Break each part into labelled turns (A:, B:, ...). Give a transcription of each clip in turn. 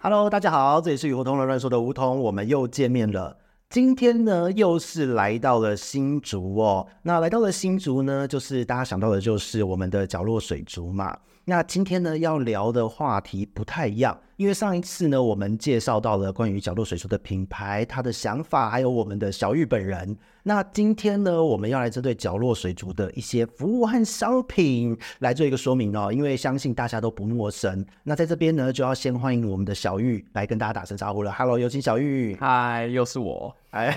A: Hello，大家好，这里是与梧桐乱乱说的梧桐，我们又见面了。今天呢，又是来到了新竹哦。那来到了新竹呢，就是大家想到的就是我们的角落水族嘛。那今天呢，要聊的话题不太一样，因为上一次呢，我们介绍到了关于角落水族的品牌、它的想法，还有我们的小玉本人。那今天呢，我们要来针对角落水族的一些服务和商品来做一个说明哦，因为相信大家都不陌生。那在这边呢，就要先欢迎我们的小玉来跟大家打声招呼了。Hello，有请小玉。
B: 嗨，又是我，
A: 哎，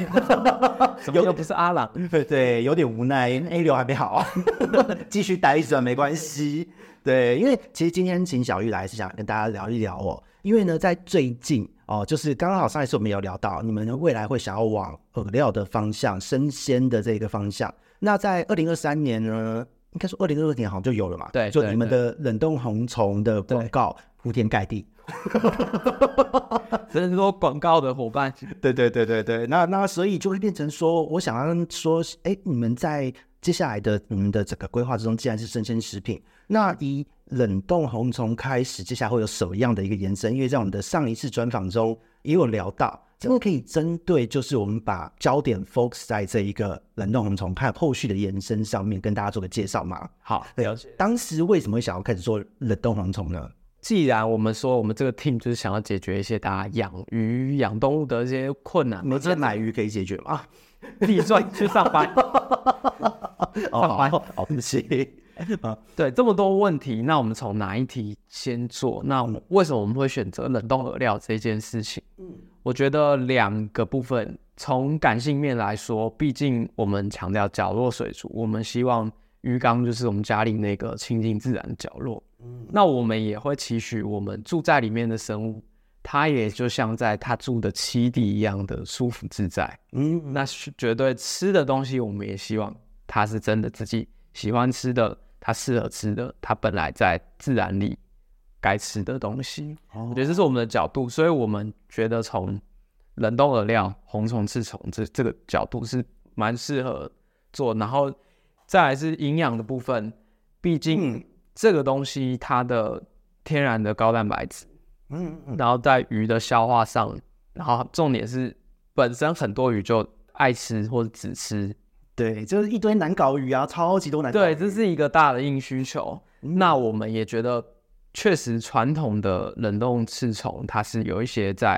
B: 怎么又不是阿朗？
A: 对，有点无奈，A 流还没好， 继续待着没关系。对，因为其实今天请小玉来是想跟大家聊一聊哦，因为呢，在最近哦，就是刚刚好上一次我们有聊到，你们未来会想要往饵料的方向、生鲜的这个方向。那在二零二三年呢，应该说二零二二年好像就有了嘛，
B: 对
A: 就
B: 对
A: 你们的冷冻红虫的广
B: 对
A: 告铺天盖地，
B: 只是说广告的伙伴，
A: 对对对对对，那那所以就会变成说，我想要说，哎，你们在接下来的你们的整个规划之中，既然是生鲜食品，那以冷冻红虫开始，接下来会有什么样的一个延伸？因为在我们的上一次专访中也有聊到，真的可以针对就是我们把焦点 focus 在这一个冷冻红虫看后续的延伸上面，跟大家做个介绍嘛。
B: 好
A: 对
B: 了解。
A: 当时为什么会想要开始做冷冻红虫呢？
B: 既然我们说我们这个 team 就是想要解决一些大家养鱼、养动物的一些困难
A: 你，们这买鱼可以解决吗？
B: 自己赚去上班。
A: 哦，好，好，不起。
B: 对，这么多问题，那我们从哪一题先做？那我们为什么我们会选择冷冻饵料这件事情？嗯，我觉得两个部分，从感性面来说，毕竟我们强调角落水族，我们希望鱼缸就是我们家里那个亲近自然的角落。嗯，那我们也会期许我们住在里面的生物，它也就像在它住的栖地一样的舒服自在。
A: 嗯，
B: 那是绝对吃的东西，我们也希望它是真的自己喜欢吃的，它适合吃的，它本来在自然里该吃的东西。
A: 哦
B: 我觉得这是我们的角度，所以我们觉得从冷冻饵料、红虫、赤虫这这个角度是蛮适合做，然后再来是营养的部分，毕竟这个东西它的天然的高蛋白质。
A: 嗯嗯
B: 然后在鱼的消化上，然后重点是本身很多鱼就爱吃或者只吃，
A: 对，就是一堆难搞鱼啊，超级多难搞鱼。嗯
B: 对，这是一个大的硬需求。那我们也觉得，确实传统的冷冻赤虫，它是有一些在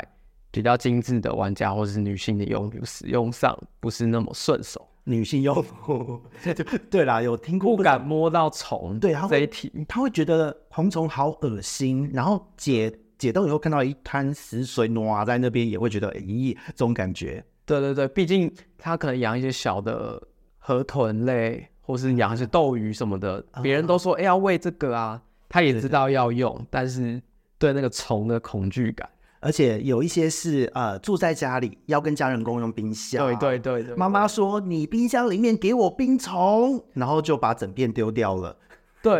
B: 比较精致的玩家或是女性的用户使用上不是那么顺手，
A: 女性用户。 对对啦，有听过
B: 不敢摸到虫，
A: 对它会
B: 这一题，
A: 他会觉得红虫好恶心，然后解解冻以后看到一滩死水挪在那边，也会觉得咦，这种感觉。
B: 对对对，毕竟他可能养一些小的河豚类，或是养一些斗鱼什么的，别人都说哎、要喂这个啊，他也知道要用，但是对那个虫的恐惧感，
A: 而且有一些是呃住在家里要跟家人共用冰箱，
B: 对对对对，
A: 妈妈说你冰箱里面给我冰虫，然后就把整片丢掉了。
B: 对，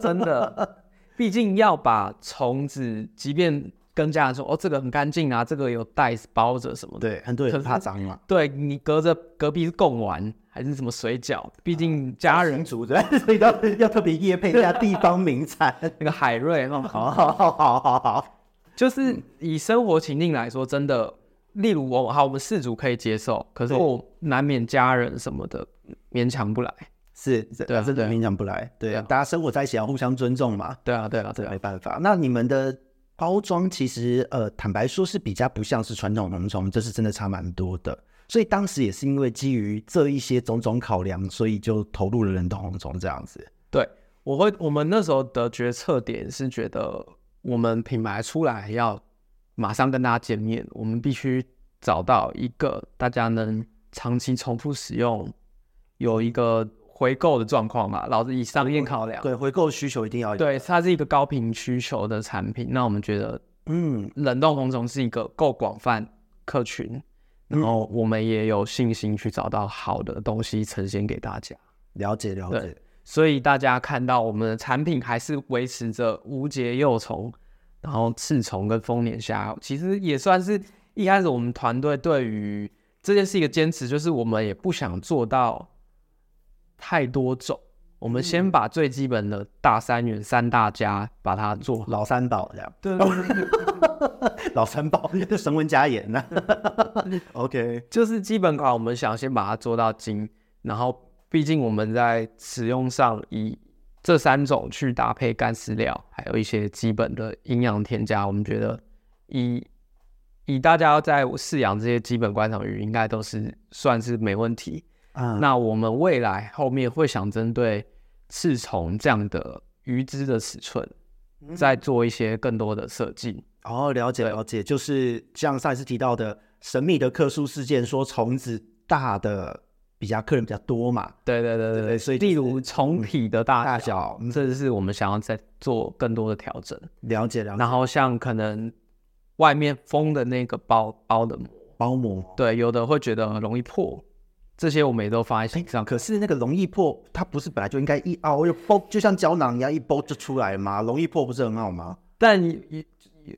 B: 真的，毕竟要把虫子，即便跟家人说哦这个很干净啊，这个有袋子包着什么的，
A: 对，很多人怕脏嘛，
B: 对你隔着隔壁是贡丸还是什么水饺，毕竟 家人、
A: 煮的， 所以要要特别夜配一下地方名产。
B: 那个海瑞那种。
A: 好好好好好好。嗯
B: 就是以生活情境来说，真的，例如我好，我们四组可以接受，可是
A: 对
B: 我难免家人什么的勉强不来。
A: 是，这
B: 对啊
A: 真
B: 对
A: 的
B: 啊
A: 勉强不来。对
B: 对
A: 啊，
B: 啊
A: 大家生活在一起要互相尊重嘛，
B: 对啊，对啊，对啊
A: 没，办法。那你们的包装其实，呃，坦白说是比较不像是传统农虫，这是真的差蛮多的。所以当时也是因为基于这一些种种考量，所以就投入了冷冻红虫这样子。
B: 对，我会，我们那时候的决策点是觉得，我们品牌出来要马上跟大家见面，我们必须找到一个大家能长期重复使用，有一个回购的状况嘛，老是以商业考量。
A: 对，回购需求一定要有。，
B: 啊对，它是一个高频需求的产品，那我们觉得
A: 嗯，
B: 冷冻红虫是一个够广泛客群，然后我们也有信心去找到好的东西呈现给大家。
A: 了解了解
B: 对。所以大家看到我们的产品还是维持着无节幼虫，然后赤虫跟丰年虾，其实也算是一开始我们团队对于这件事一个坚持，就是我们也不想做到太多种，我们先把最基本的大三元三大家把它做好。
A: 老三宝这样，
B: 对，
A: 老三宝， 这神文加言 呐、OK，
B: 就是基本款，我们想先把它做到精，然后毕竟我们在使用上以这三种去搭配干饲料，还有一些基本的营养添加，我们觉得以以大家在饲养这些基本观赏鱼，应该都是算是没问题。
A: 啊、
B: 嗯那我们未来后面会想针对刺虫这样的鱼只的尺寸，
A: 嗯
B: 再做一些更多的设计。
A: 哦，了解
B: 对
A: 了解，就是像上一次提到的神秘的克苏事件，说虫子大的比较客人比较多嘛，
B: 对对对
A: 对
B: 对
A: 对
B: 对，
A: 所以就
B: 例
A: 是
B: 如虫体的大
A: 大
B: 小
A: 小，嗯
B: 这是我们想要再做更多的调整。
A: 了解了解，
B: 然后像可能外面封的那个包包的膜，
A: 包膜。
B: 对，有的会觉得容易破，这些我们也都放在心上。
A: 可是那个容易破，它不是本来就应该一凹又包，就像胶囊一样一包就出来吗？容易破不是很好吗？
B: 但有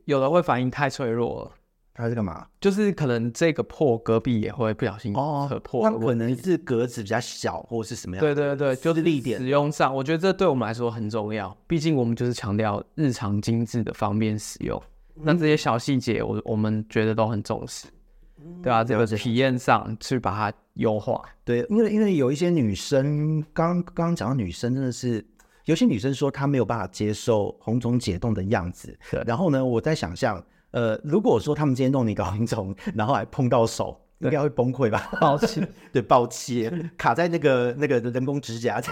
B: 有的会反应太脆弱了，
A: 它是干嘛？
B: 就是可能这个破隔壁也会不小心
A: 哦
B: 嗯扯，破
A: 它
B: 了。
A: 可能是格子比较小，或是什么样？
B: 对对对，就是
A: 力点
B: 使用上，我觉得这对我们来说很重要。毕竟我们就是强调日常精致的方便使用，
A: 嗯
B: 那这些小细节我我们觉得都很重视，对啊，这
A: 嗯
B: 个
A: 了解
B: 体验上去把它优化。
A: 对，因为因为有一些女生，刚刚刚讲到女生真的是，有些女生说她没有办法接受红肿解冻的样子
B: 对。
A: 然后呢，我在想象，呃，如果说她们今天弄你一个红肿，然后还碰到手，应该会崩溃吧？
B: 抱歉，
A: 对，爆气，卡在那个那个人工指甲，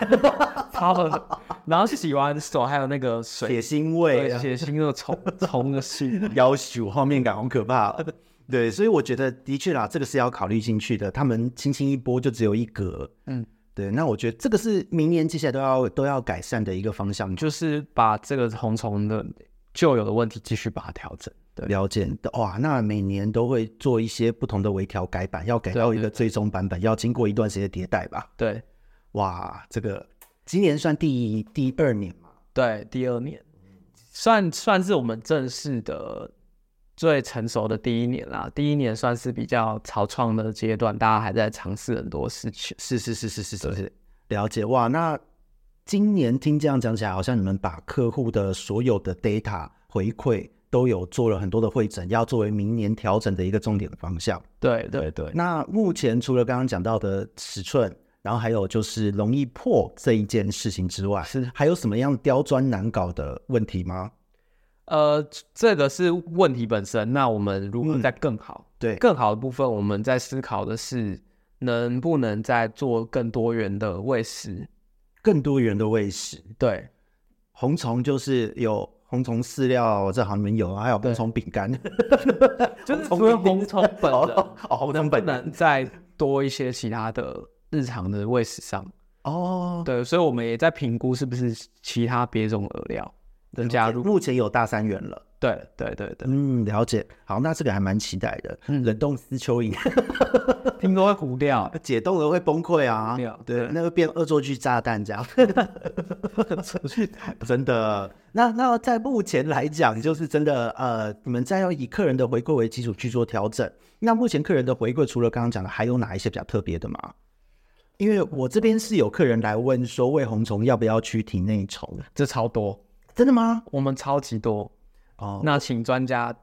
B: 超恶然后洗完手还有那个水
A: 血腥
B: 对
A: 味，
B: 血腥又冲冲的性，
A: 啊要求画面感好可怕哦。对，所以我觉得的确啦，这个是要考虑进去的。他们轻轻一拨就只有一格，
B: 嗯，
A: 对。那我觉得这个是明年接下来都要都要改善的一个方向，
B: 就是把这个红虫的旧有的问题继续把它调整。对
A: 了解哇，那每年都会做一些不同的微调改版，要改
B: 对
A: 到
B: 对
A: 一个最终版本，要经过一段时间的迭代吧。
B: 对
A: 哇，这个今年算第第二年嘛？
B: 对，第二年算算是我们正式的最成熟的第一年啦。第一年算是比较草创的阶段，大家还在尝试很多事情。
A: 是是是是是是是，了解哇。那今年听这样讲起来，好像你们把客户的所有的 data 回馈都有做了很多的会诊，要作为明年调整的一个重点的方向。
B: 对对对，
A: 那目前除了刚刚讲到的尺寸，然后还有就是容易破这一件事情之外，
B: 是
A: 还有什么样刁钻难搞的问题吗？
B: 呃，这个是问题本身。那我们如何再更好？
A: 对
B: 更好的部分，我们在思考的是能不能再做更多元的喂食。
A: 更多元的喂食，
B: 对
A: 红虫就是有红虫饲料，这好像你们有啊，还有红虫饼干，
B: 就是
A: 红
B: 除了
A: 虫饼
B: 红虫本人
A: 哦， 哦红虫
B: 不
A: 本人
B: 能再多一些其他的日常的喂食上。
A: 哦。
B: 对，所以我们也在评估是不是其他别种饵料的加入。
A: 目前有大三元了，
B: 对对对对，
A: 嗯，了解。好，那这个还蛮期待的。
B: 嗯
A: 冷冻丝蚯蚓
B: 听说会糊掉，
A: 解冻了会崩溃啊
B: 没有，
A: 对
B: 对，
A: 那个变恶作剧炸弹这样。 真的。那那在目前来讲，就是真的，呃，你们在要以客人的回馈为基础去做调整。那目前客人的回馈，除了刚刚讲的，还有哪一些比较特别的吗？因为我这边是有客人来问说，喂红虫要不要去体内虫？
B: 这超多，
A: 真的吗？
B: 我们超级多。
A: 哦，
B: 那请专家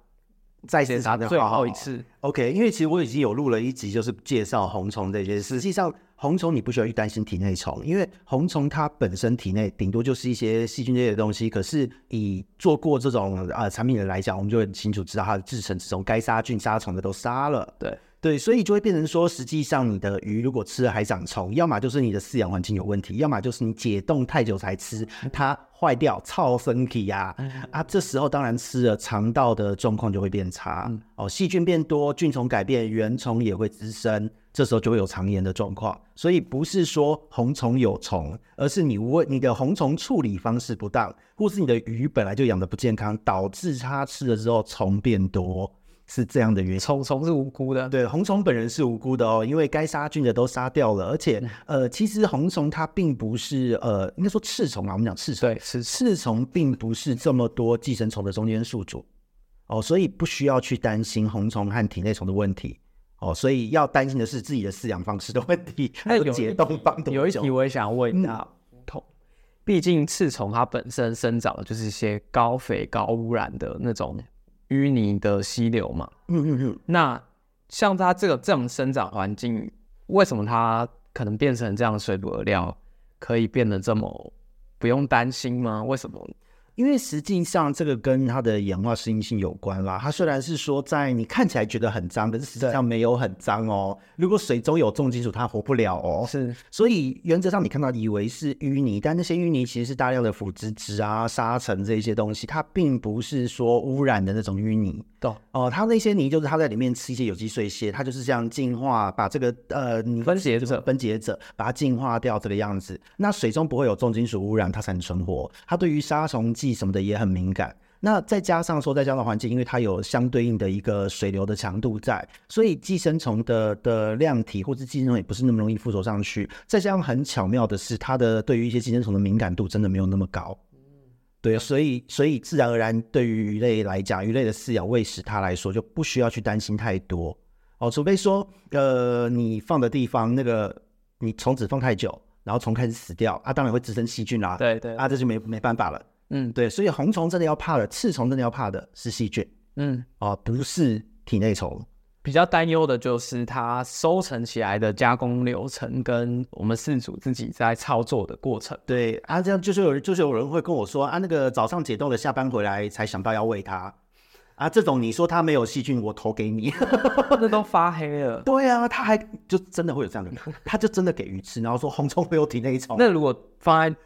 A: 再
B: 解
A: 次
B: 答
A: 强调
B: 最后一。
A: 好好
B: 次。
A: OK，因为其实我已经有录了一集，就是介绍红虫这件事。实际上，红虫你不需要去担心体内虫，因为红虫它本身体内顶多就是一些细菌类的东西。可是以做过这种呃产品的来讲，我们就很清楚知道它的制成之中，该杀菌杀虫的都杀了。
B: 对
A: 对，所以就会变成说，实际上你的鱼如果吃了还长虫，要么就是你的饲养环境有问题，要么就是你解冻太久才吃，它坏掉，超身体呀啊这时候当然吃了，肠道的状况就会变差、哦，细菌变多，菌虫改变，原虫也会滋生，这时候就会有肠炎的状况。所以不是说红虫有虫，而是你问你的红虫处理方式不当，或是你的鱼本来就养的不健康，导致它吃了之后虫变多，是这样的原因。
B: 虫虫是无辜的，
A: 对，红虫本人是无辜的哦，因为该杀菌的都杀掉了，而且
B: 嗯
A: 呃，其实红虫它并不是呃，应该说赤虫啊，我们讲赤虫，
B: 对是
A: 赤虫并不是这么多寄生虫的中间宿主哦，所以不需要去担心红虫和体内虫的问题哦，所以要担心 的是自己的饲养方式的问题，还
B: 哎有
A: 有
B: 一
A: 解冻方的嗯
B: 有一
A: 问
B: 题
A: 题
B: 我也想问一下梧桐，啊毕竟刺虫它本身生长的就是一些高肥、高污染的那种淤泥的溪流嘛。
A: 嗯嗯嗯，
B: 那像它这个这种生长环境，为什么它可能变成这样的水煮饵料，可以变得这么不用担心吗？为什么？
A: 因为实际上这个跟它的演化适应性有关啦。它虽然是说在你看起来觉得很脏，可是实际上没有很脏哦。如果水中有重金属，它活不了哦。
B: 是
A: 所以原则上你看到以为是淤泥，但那些淤泥其实是大量的腐殖质啊、沙尘这些东西，它并不是说污染的那种淤泥。
B: 懂
A: 哦、它那些泥就是它在里面吃一些有机碎屑，它就是这样净化，把这个呃你
B: 分解者
A: 分解者把它净化掉这个样子。那水中不会有重金属污染，它才能存活。它对于杀虫剂什么的也很敏感。那再加上说，在这样的环境，因为它有相对应的一个水流的强度在，所以寄生虫的的量体或者寄生虫也不是那么容易附着上去。再加上很巧妙的是，它的对于一些寄生虫的敏感度真的没有那么高。对，所以所以自然而然，对于鱼类来讲，鱼类的饲养喂食它来说就不需要去担心太多哦，除非说呃你放的地方那个你虫子放太久，然后虫开始死掉啊，当然会滋生细菌啦、
B: 对对，
A: 啊这就没没办法了。
B: 嗯
A: 对，所以红虫真的要怕的，刺虫真的要怕的是细菌
B: 嗯，
A: 哦，不是体内虫。
B: 比较担忧的就是它收成起来的加工流程跟我们饲主自己在操作的过程。
A: 对啊，这样就是有人就是有人会跟我说啊，那个早上解冻的，下班回来才想到要喂它啊，这种你说它没有细菌，我投给你。
B: 那都发黑了。
A: 对啊，他还就真的会有这样 的人，他就真的给鱼吃，然后说红葱会有体内虫。
B: 那如果放在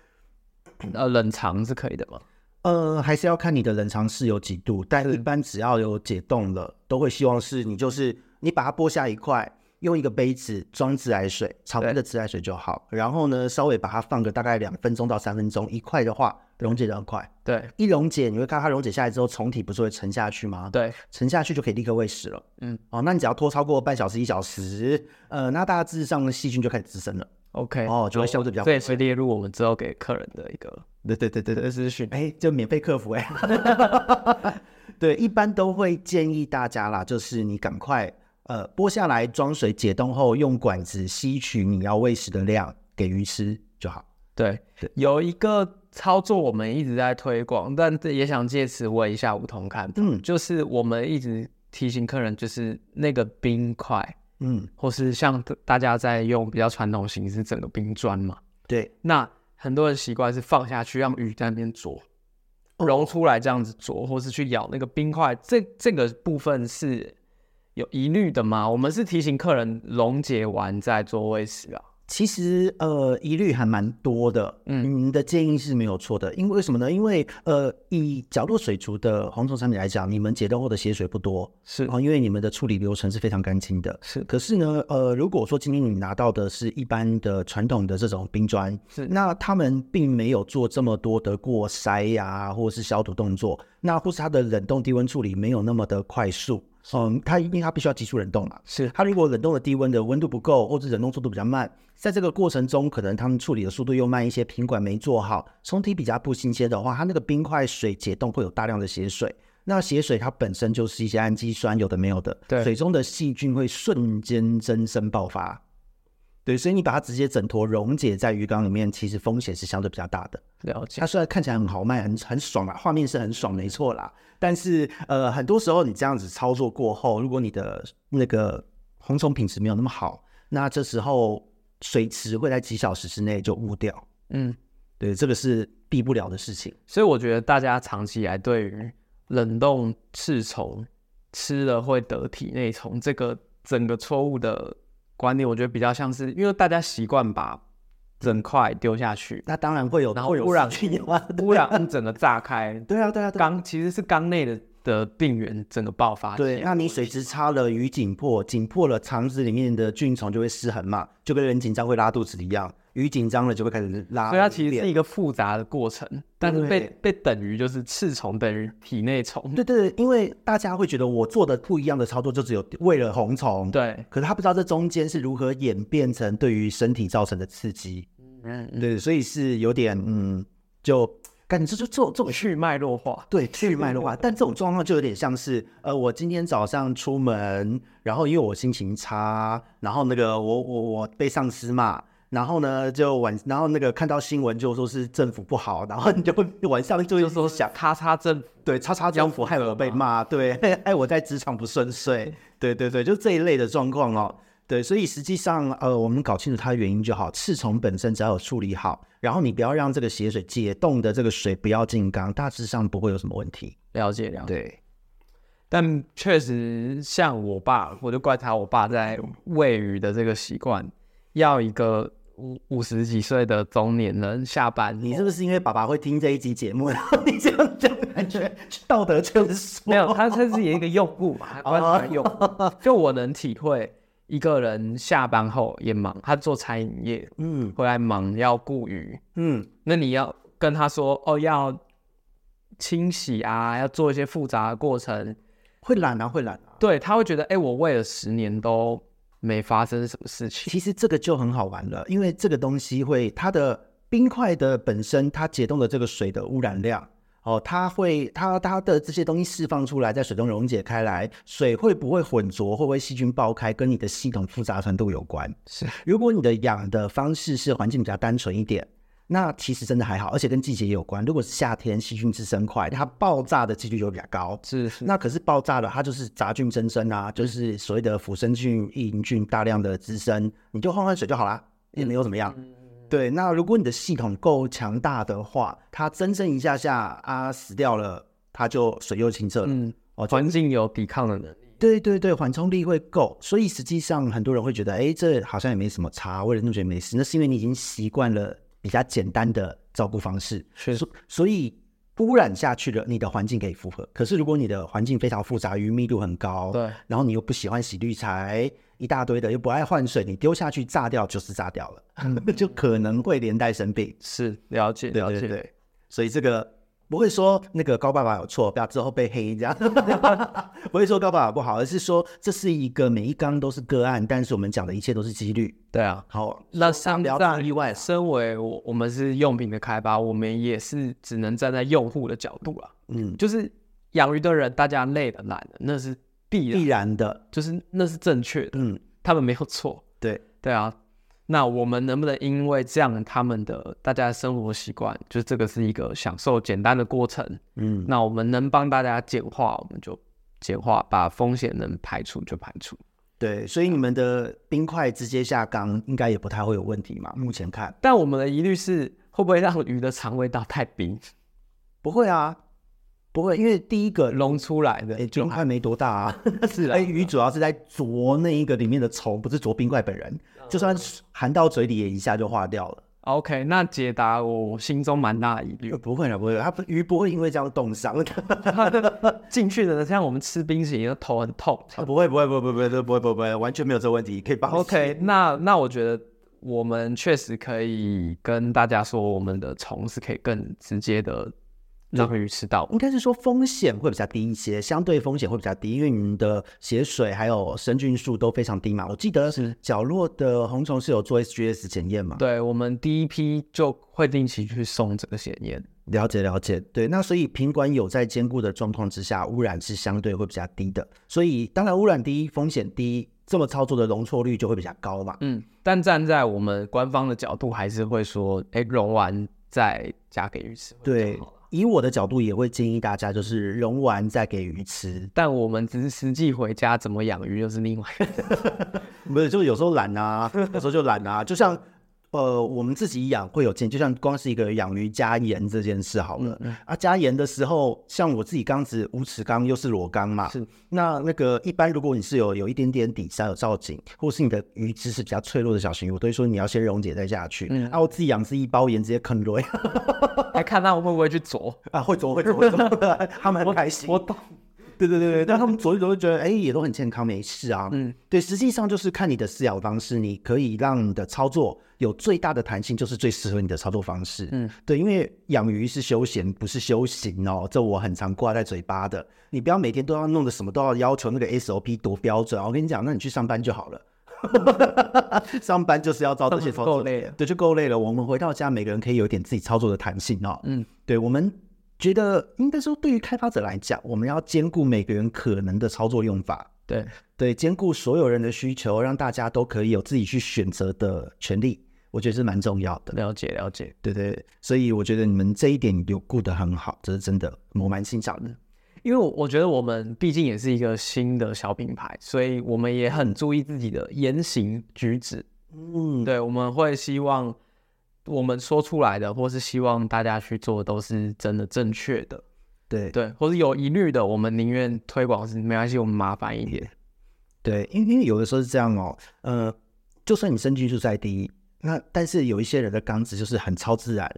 B: 呃冷藏是可以的吗？
A: 呃，还是要看你的冷藏室有几度，但一般只要有解冻了，都会希望是你就是你把它剥下一块，用一个杯子装自来水，常温的自来水就好，然后呢稍微把它放个大概两分钟到三分钟，一块的话溶解的很快，
B: 对
A: 一溶解你会看它溶解下来之后，虫体不是会沉下去吗？
B: 对，
A: 沉下去就可以立刻喂食了。
B: 嗯，
A: 哦，那你只要拖超过半小时一小时，呃，那大致上的细菌就开始滋生了。
B: OK，
A: 哦，就会效率比较
B: 这也是列入我们之后给客人的一个
A: 对对对对对，
B: 资讯。
A: 哎，就免费客服哎、哎 对，一般都会建议大家啦，就是你赶快呃剥下来装水解冻后，用管子吸取你要喂食的量给鱼吃就好。
B: 对，有一个操作我们一直在推广，但这也想借此问一下梧桐看法，
A: 嗯
B: 就是我们一直提醒客人，就是那个冰块，
A: 嗯，
B: 或是像大家在用比较传统形式整个冰砖嘛，
A: 对，
B: 那很多人习惯是放下去让鱼在那边啄，揉出来这样子啄，或是去咬那个冰块，这这个部分是有疑虑的吗？我们是提醒客人溶解完再做喂食啊。
A: 其实呃疑虑还蛮多的，嗯，你的建议是没有错的，因为为什么呢？因为呃以角落水族的红虫产品来讲，你们解冻后的血水不多，
B: 是
A: 哦，因为你们的处理流程是非常干净的。
B: 是
A: 可是呢，呃，如果说今天你拿到的是一般的传统的这种冰砖，
B: 是
A: 那他们并没有做这么多的过筛呀、或者是消毒动作，那或是它的冷冻低温处理没有那么的快速。嗯，它因为它必须要急速冷冻嘛，
B: 是
A: 它如果冷冻的低温的温度不够，或者冷冻速度比较慢，在这个过程中，可能他们处理的速度又慢一些，品管没做好，冲体比较不新鲜的话，它那个冰块水解冻会有大量的血水。那血水它本身就是一些氨基酸，有的没有的，
B: 对
A: 水中的细菌会瞬间增生爆发。对，所以你把它直接整坨溶解在鱼缸里面，其实风险是相对比较大的。
B: 了解
A: 它，虽然看起来很豪迈、很很爽啦，画面是很爽，没错啦。但是呃，很多时候你这样子操作过后，如果你的那个红虫品质没有那么好，那这时候水池会在几小时之内就污掉。
B: 嗯。
A: 对，这个是避不了的事情。
B: 所以我觉得大家长期以来对于冷冻赤虫吃了会得体内虫这个整个错误的观念，我觉得比较像是因为大家习惯把整块丢下去，
A: 那当然会有，
B: 然后
A: 会有
B: 污染
A: 细菌的话，
B: 污染整个炸开，
A: 对啊，对啊，对啊。
B: 缸其实是缸内的的病原整个爆发。
A: 对，那你水质差了，鱼紧迫，紧迫了，肠子里面的菌虫就会失衡嘛，就跟人紧张会拉肚子一样，鱼紧张了就会开始拉便。
B: 所以它其实是一个复杂的过程，但是被
A: 对
B: 被等于就是赤虫等于体内虫，
A: 对对，对因为大家会觉得我做的不一样的操作，就只有为了红虫。，
B: 对，
A: 可是他不知道这中间是如何演变成对于身体造成的刺激。
B: 嗯，
A: 对，所以是有点嗯，就感觉就做这种
B: 去脉弱 化，
A: 对嗯去脉的话，但这种状况就有点像是，呃，我今天早上出门，然后因为我心情差，然后那个我我我被上司骂，然后呢，就晚，然后那个看到新闻就说是政府不好，然后你就会晚上就
B: 就
A: 又说
B: 说想
A: 想，
B: 咔嚓政府
A: 对，叉叉政府害我被骂，对，害我在职场不顺 遂，对对对，就这一类的状况哦。对，所以实际上，呃，我们搞清楚它的原因就好。赤虫本身只要有处理好，然后你不要让这个血水解冻的这个水不要进缸，大致上不会有什么问题。啊
B: 了解了解。
A: 对，
B: 但确实，像我爸，我就观察我爸在喂鱼的这个习惯，要一个五五十几岁的中年人下班，
A: 你是不是因为爸爸会听这一集节目，然后你这样讲，感觉道德劝说？
B: 没有，他他是一个用户嘛，他观察用户。
A: 哦
B: 就我能体会，一个人下班后也忙，他做餐饮业
A: 嗯
B: 回来忙要顾鱼，
A: 嗯
B: 那你要跟他说哦，要清洗啊，要做一些复杂的过程，
A: 会懒啊，会懒啊。
B: 对他会觉得，哎、我喂了十年都没发生什么事情。
A: 其实这个就很好玩了，因为这个东西会它的冰块的本身，它解冻的这个水的污染量。哦，它会，它它的这些东西释放出来，在水中溶解开来，水会不会混浊，会不会细菌爆开，跟你的系统复杂程度有关。
B: 是，
A: 如果你的养的方式是环境比较单纯一点，那其实真的还好，而且跟季节也有关。如果是夏天，细菌滋生快，它爆炸的几率就比较高。
B: 是是，
A: 那可是爆炸了，它就是杂菌增生啊，就是所谓的腐生菌、异营菌大量的滋生，你就换换水就好啦，也没有怎么
B: 嗯
A: 样。对，那如果你的系统够强大的话，它增生一下下啊死掉了，它就水又清澈了。
B: 嗯，
A: 哦，就
B: 环境有抵抗的能力。
A: 对对对，缓冲力会够，所以实际上很多人会觉得，哎，这好像也没什么差，为了那觉得没事，那是因为你已经习惯了比较简单的照顾方式，
B: 是
A: 所所以污染下去了，你的环境可以符合。可是如果你的环境非常复杂，鱼密度很高，
B: 对，
A: 然后你又不喜欢洗滤材，一大堆的又不爱换水，你丢下去炸掉就是炸掉了， 就可能会连带生病。
B: 是了解
A: 对
B: 嗯了解
A: 对对，所以这个不会说那个高爸爸有错，不要之后被黑这样， 不会说高爸爸不好，而是说这是一个每一缸都是个案，但是我们讲的一切都是几率。
B: 对啊。
A: 好，
B: 那
A: 不
B: 像这
A: 要
B: 样
A: 意外啊
B: 身为我我们是用品的开发，我们也是只能站在用户的角度啦。
A: 嗯，
B: 就是养鱼的人，大家累了懒了，那是必然，
A: 必然的，
B: 就是那是正确的，
A: 嗯，
B: 他们没有错。
A: 对，
B: 对啊，那我们能不能因为这样他们的大家的生活习惯，就是这个是一个享受简单的过程，
A: 嗯，
B: 那我们能帮大家简化，我们就简化，把风险能排除就排除。
A: 对，所以你们的冰块直接下缸应该也不太会有问题嘛，目前看
B: 但我们的疑虑是，会不会让鱼的肠胃道太冰，
A: 不会啊，不会，因为第一个。
B: 溶出来的？
A: 哎，就还没多大啊，
B: 是啊
A: 哎，鱼主要 是在啄那一个里面的虫，不是啄冰块本人，就算含到嘴里也一下就化掉了。
B: OK，那解答我心中蛮大的疑虑
A: 呃。不会啦，不会啦，它不鱼不会因为这样冻伤的，
B: 进去的人像我们吃冰淇淋，头很痛。
A: 啊不会，不会，不会，不会，不会，不会，不会，完全没有这个问题，可以帮
B: OK，那那我觉得我们确实可以跟大家说，我们的虫是可以更直接的让鱼吃到。
A: 应该是说风险会比较低一些，相对风险会比较低，因为你们的血水还有生菌数都非常低嘛。我记得
B: 是
A: 角落的红虫是有做 SGS 检验嘛？
B: 对我们第一批就会定期去送这个检验。
A: 了解了解，对，那所以品管有在兼顾的状况之下，污染是相对会比较低的，所以当然污染低，风险低，这么操作的容错率就会比较高嘛。
B: 嗯，但站在我们官方的角度，还是会说，哎、融完再加给鱼吃。
A: 对，以我的角度也会建议大家，就是融完再给鱼吃，
B: 但我们只是实际回家怎么养鱼，又是另外一个。
A: 不是，就有时候懒啊，有时候就懒啊，就像。呃，我们自己养会有建议，就像光是一个养鱼加盐这件事好了、啊。加盐的时候，像我自己缸子无齿缸又是裸缸嘛，
B: 是
A: 那那个一般如果你是有有一点点底下有造景，或是你的鱼质是比较脆弱的小型鱼，我都会说你要先溶解再下去。
B: 嗯
A: 啊，我自己养是一包盐直接坑 落
B: 还看他们会不会去啄。
A: 啊，会走会走会走，他们很开心。
B: 我懂。
A: 对对对对，但他们左一左就觉得，哎、也都很健康，没事啊。
B: 嗯
A: 嗯，对，实际上就是看你的饲养方式，你可以让你的操作有最大的弹性，就是最适合你的操作方式。
B: 嗯
A: 嗯，对，因为养鱼是休闲，不是修行哦，这我很常挂在嘴巴的。你不要每天都要弄得什么都要要求那个 SOP 多标准啊！我跟你讲，那你去上班就好了。 上班就是要照这些
B: 上
A: 操
B: 班 够
A: 作，
B: 累了
A: 对，就够累了。我们回到家，每个人可以有点自己操作的弹性哦。
B: 嗯，
A: 对，我们觉得应该说，对于开发者来讲，我们要兼顾每个人可能的操作用法，
B: 对，
A: 对，兼顾所有人的需求，让大家都可以有自己去选择的权利。我觉得是蛮重要的。
B: 了解了解，
A: 对对，对所以我觉得你们这一点有顾得很好，这是真的，我蛮欣赏的。
B: 因为我我觉得我们毕竟也是一个新的小品牌，所以我们也很注意自己的言行举止。
A: 嗯，
B: 对，我们会希望我们说出来的，或是希望大家去做，都是真的正确的。
A: 对
B: 对，或是有疑虑的，我们宁愿推广是没关系，我们麻烦一点。
A: 对，因为因为有的时候是这样哦，呃，就算你生菌数再低，那但是有一些人的缸子就是很超自然，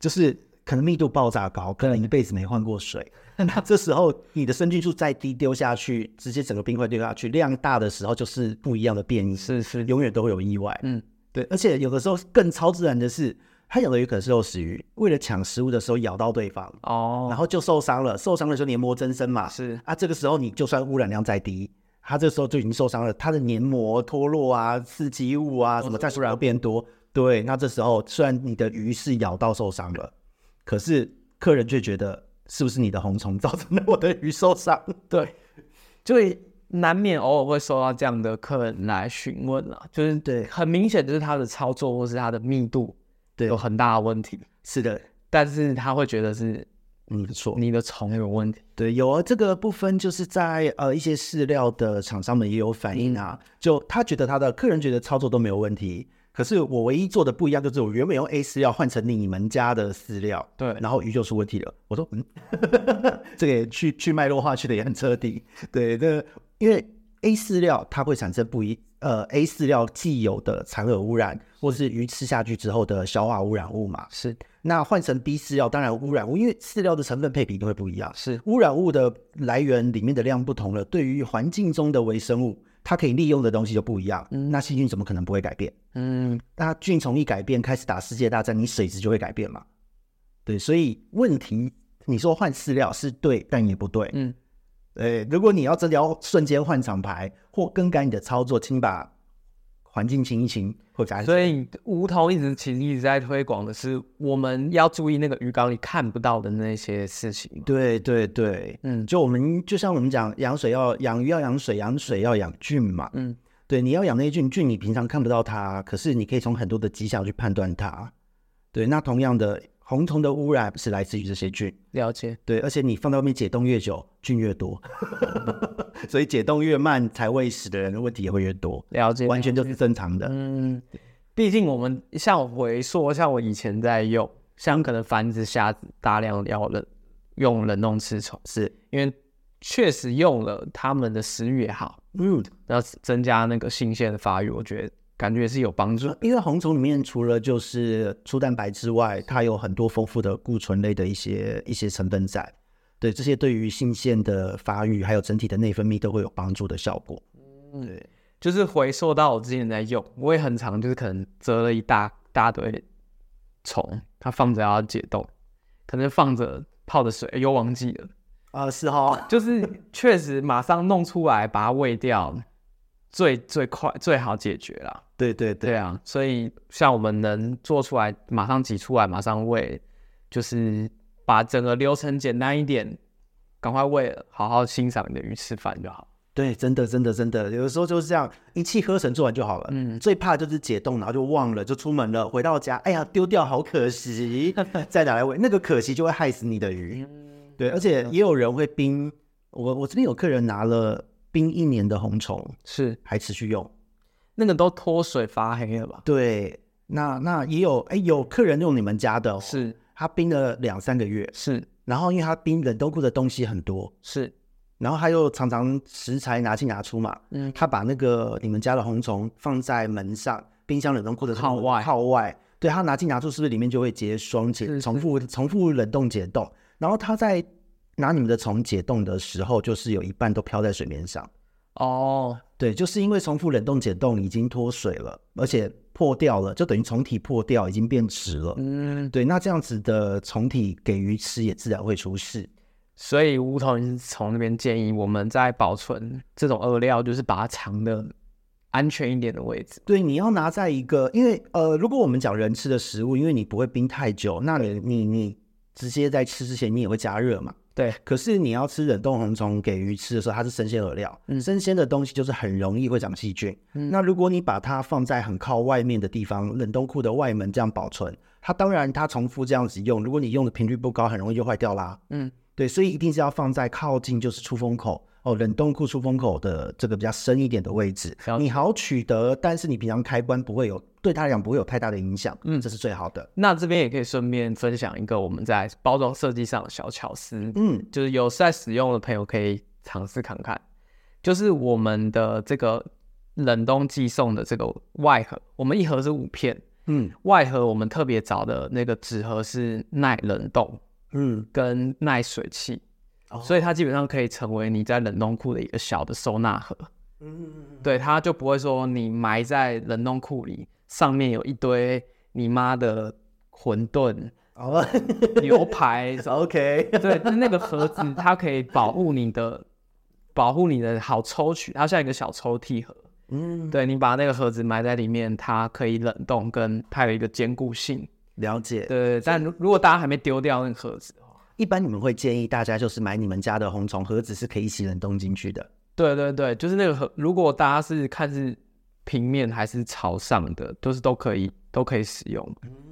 A: 就是可能密度爆炸高，可能一辈子没换过水， 那这时候你的生菌数再低丢下去，直接整个冰块丢下去，量大的时候就是不一样的变异，
B: 是是，
A: 永远都会有意外。
B: 嗯，
A: 对，而且有的时候更超自然的是，它有的有可能是肉食鱼，为了抢食物的时候咬到对方，然
B: 哦，
A: 后就受伤了，受伤的时候黏膜增生嘛，
B: 是
A: 啊，这个时候你就算污染量再低，它这时候就已经受伤了，它的黏膜脱落啊、刺激物
B: 哦
A: 啊什么再突然变多，对，那这时候虽然你的鱼是咬到受伤了，可是客人却觉得是不是你的红虫造成了我的 鱼受伤？
B: 对，就难免偶尔会收到这样的客人来询问啦，就是
A: 对
B: 很明显就是他的操作或是他的密度
A: 对
B: 有很大的问题，
A: 是的，
B: 但是他会觉得是
A: 嗯，不错，
B: 你的虫有问题。
A: 对，有啊，这个部分就是在呃一些饲料的厂商们也有反
B: 嗯
A: 映啊，就他觉得他的客人觉得操作都没有问题，可是我唯一做的不一样就是我原本用 A 饲料换成你们家的饲料，
B: 对
A: 然后鱼就出问题了。我说嗯， 这个也去去脉络化去的也很彻底，对，这个因为 A 饲料它会产生不一呃 A 饲料既有的残饵污染，或是鱼吃下去之后的消化污染物嘛，
B: 是
A: 那换成 B 饲料，当然污染物，因为饲料的成分配比都会不一样，
B: 是，
A: 污染物的来源里面的量不同了，对于环境中的微生物，它可以利用的东西就不一样。那细菌怎么可能不会改变？
B: 嗯，
A: 那菌虫一改变，开始打世界大战，你水质就会改变嘛？对，所以问题你说换饲料是对，但也不对。
B: 嗯，
A: 对，如果你要真的要瞬间换厂牌或更改你的操作，请把环境清一清，会比较安全
B: 所以梧桐一直其实一直在推广的是，我们要注意那个鱼缸里看不到的那些事情。
A: 对对对，
B: 嗯
A: 就我们就像我们讲，养水要养鱼要养水，养水要养菌嘛。
B: 嗯，
A: 对，你要养那些菌，菌你平常看不到它，啊可是你可以从很多的迹象去判断它。啊对，那同样的，红虫的污染是来自于这些菌。
B: 了解。
A: 对，而且你放在外面解冻越久，菌越多， 所以解冻越慢，才喂食的人的问题也会越多，
B: 了解，
A: 完全就是正常的。
B: 嗯，毕竟我们像我回溯，像我以前在用，像可能繁殖虾子大量要冷用冷冻吃虫，
A: 是，
B: 因为确实用了它们的食欲也好，
A: 嗯，
B: 然后增加那个新鲜的发育，我觉得感觉是有帮助。
A: 因为红虫里面除了就是粗蛋白之外，它有很多丰富的固醇类的一些一些成分在，对这些对于性腺的发育还有整体的内分泌都会有帮助的效果。对，
B: 就是回溯到我之前在用，我也很常就是可能折了一大大堆虫，它放着要解冻，可能放着泡的水、哎又忘记了，
A: 啊，是哈，
B: 就是确实马上弄出来把它喂掉，最最快最好解决啦。
A: 对对对，
B: 对啊，所以像我们能做出来，马上挤出来，马上喂，就是把整个流程简单一点，赶快喂了，好好欣赏你的鱼吃饭就好。
A: 对，真的，真的，真的，有的时候就是这样，一气呵成做完就好了。嗯，最怕就是解冻，然后就忘了，就出门了，回到家，哎呀，丢掉，好可惜，再拿来喂，那个可惜就会害死你的
B: 嗯
A: 鱼。对，而且也有人会冰，我我这边有客人拿了冰一年的红虫，
B: 是
A: 还持续用。
B: 那个都脱水发黑了吧？
A: 对，那那也有，哎，有客人用你们家的、哦，
B: 是
A: 他冰了两三个月，
B: 是
A: 然后因为他冰冷冻库的东西很多，
B: 是，
A: 然后他又常常食材拿进拿出嘛，
B: 嗯，
A: 他把那个你们家的红虫放在门上，冰箱冷冻库的
B: 靠外
A: 靠外，对他拿进拿出，是不是里面就会结霜
B: 是
A: 解
B: 是
A: 重复重复冷冻解冻？然后他在拿你们的虫解冻的时候，就是有一半都飘在水面上，
B: 哦，
A: 对，就是因为重复冷冻解冻已经脱水了，而且破掉了，就等于虫体破掉，已经变质了。
B: 嗯，
A: 对，那这样子的虫体给鱼吃也自然会出事。
B: 所以梧桐是从那边建议我们在保存这种饵料，就是把它藏的安全一点的位置。
A: 对，你要拿在一个，因为呃，如果我们讲人吃的食物，因为你不会冰太久，那你你你直接在吃之前你也会加热嘛，
B: 对，
A: 可是你要吃冷冻红虫给鱼吃的时候，它是生鲜饵料，
B: 嗯
A: 生鲜的东西就是很容易会长细菌。那如果你把它放在很靠外面的地方，冷冻库的外门这样保存，它当然它重复这样子用，如果你用的频率不高，很容易就坏掉啦。
B: 嗯，
A: 对，所以一定是要放在靠近就是出风口哦，冷冻库出风口的这个比较深一点的位置
B: 了，解
A: 你好取得，但是你平常开关不会有对它来讲不会有太大的影响，
B: 嗯
A: 这是最好的。
B: 那这边也可以顺便分享一个我们在包装设计上的小巧思，
A: 嗯，
B: 就是有在使用的朋友可以尝试看看。就是我们的这个冷冻寄送的这个外盒，我们一盒是五片，
A: 嗯
B: 外盒我们特别找的那个纸盒是耐冷冻
A: 嗯，
B: 跟耐水汽，
A: 哦
B: 所以它基本上可以成为你在冷冻库的一个小的收纳盒。
A: 嗯，
B: 对，它就不会说你埋在冷冻库里，上面有一堆你妈的馄饨、
A: 好啊
B: 牛排什么。
A: ，OK，
B: 对，那那个盒子它可以保护你的，保护你的好抽取，它像一个小抽屉盒。
A: 嗯，
B: 对你把那个盒子埋在里面，它可以冷冻，跟它有一个坚固性。
A: 了解。
B: 对对对，但如如果大家还没丢掉那个盒子的话，
A: 一般你们会建议大家就是买你们家的红虫盒子是可以一起冷冻进去的。
B: 对对对，就是那个盒，如果大家是看是平面还是朝上的，都是都可以都可以使用，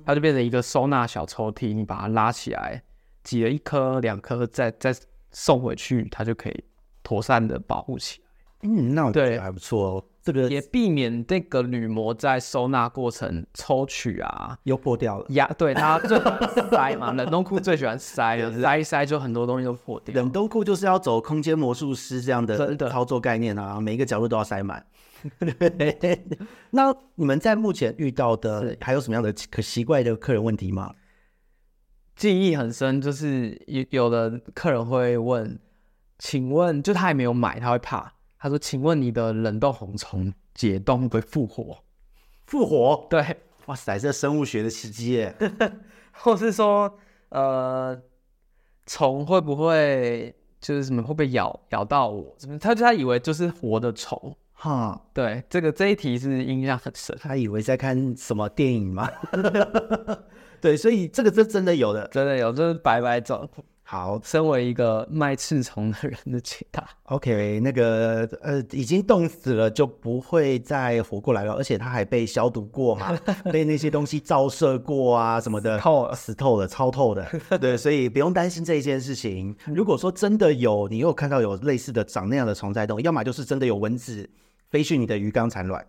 B: 它就变成一个收纳小抽屉，你把它拉起来，挤了一颗两颗，再再送回去，它就可以妥善的保护起来。
A: 嗯，那我觉
B: 对
A: 得还不错哦，这个
B: 也避免这个铝膜在收纳过程抽取啊。
A: 又破掉了。
B: 压对它最 喜欢塞嘛，冷冻库最喜欢塞了，塞一塞就很多东西都破掉。
A: 冷冻库就是要走空间魔术师这样的
B: 真的
A: 操作概念啊，每一个角落都要塞 满。对那你们在目前遇到的
B: 是
A: 还有什么样的可奇怪的客人问题吗？
B: 记忆很深，就是有有的客人会问，请问就他还没有买，他会怕，他说，请问你的冷冻红虫解冻会不会复活？
A: 复活？
B: 对，
A: 哇塞，这生物学的奇迹耶！
B: 或是说，呃，虫会不会就是什么会不会咬咬到我？什么？他就他以为就是活的虫。
A: 哈，
B: 对，这个这一题是印象很深，
A: 他以为在看什么电影吗？ 对，所以这个是真的有的。
B: 真的有，就是白白种。
A: 好
B: 身为一个卖刺虫的人的解答，
A: ，OK，那个呃，已经冻死了就不会再活过来了，而且它还被消毒过 嘛，被那些东西照射过啊什么的，
B: 透了
A: 死透了，超透 的，对，所以不用担心这一件事情。如果说真的有，你有看到有类似的长那样的虫在动，要么就是真的有蚊子飞去你的鱼缸产卵，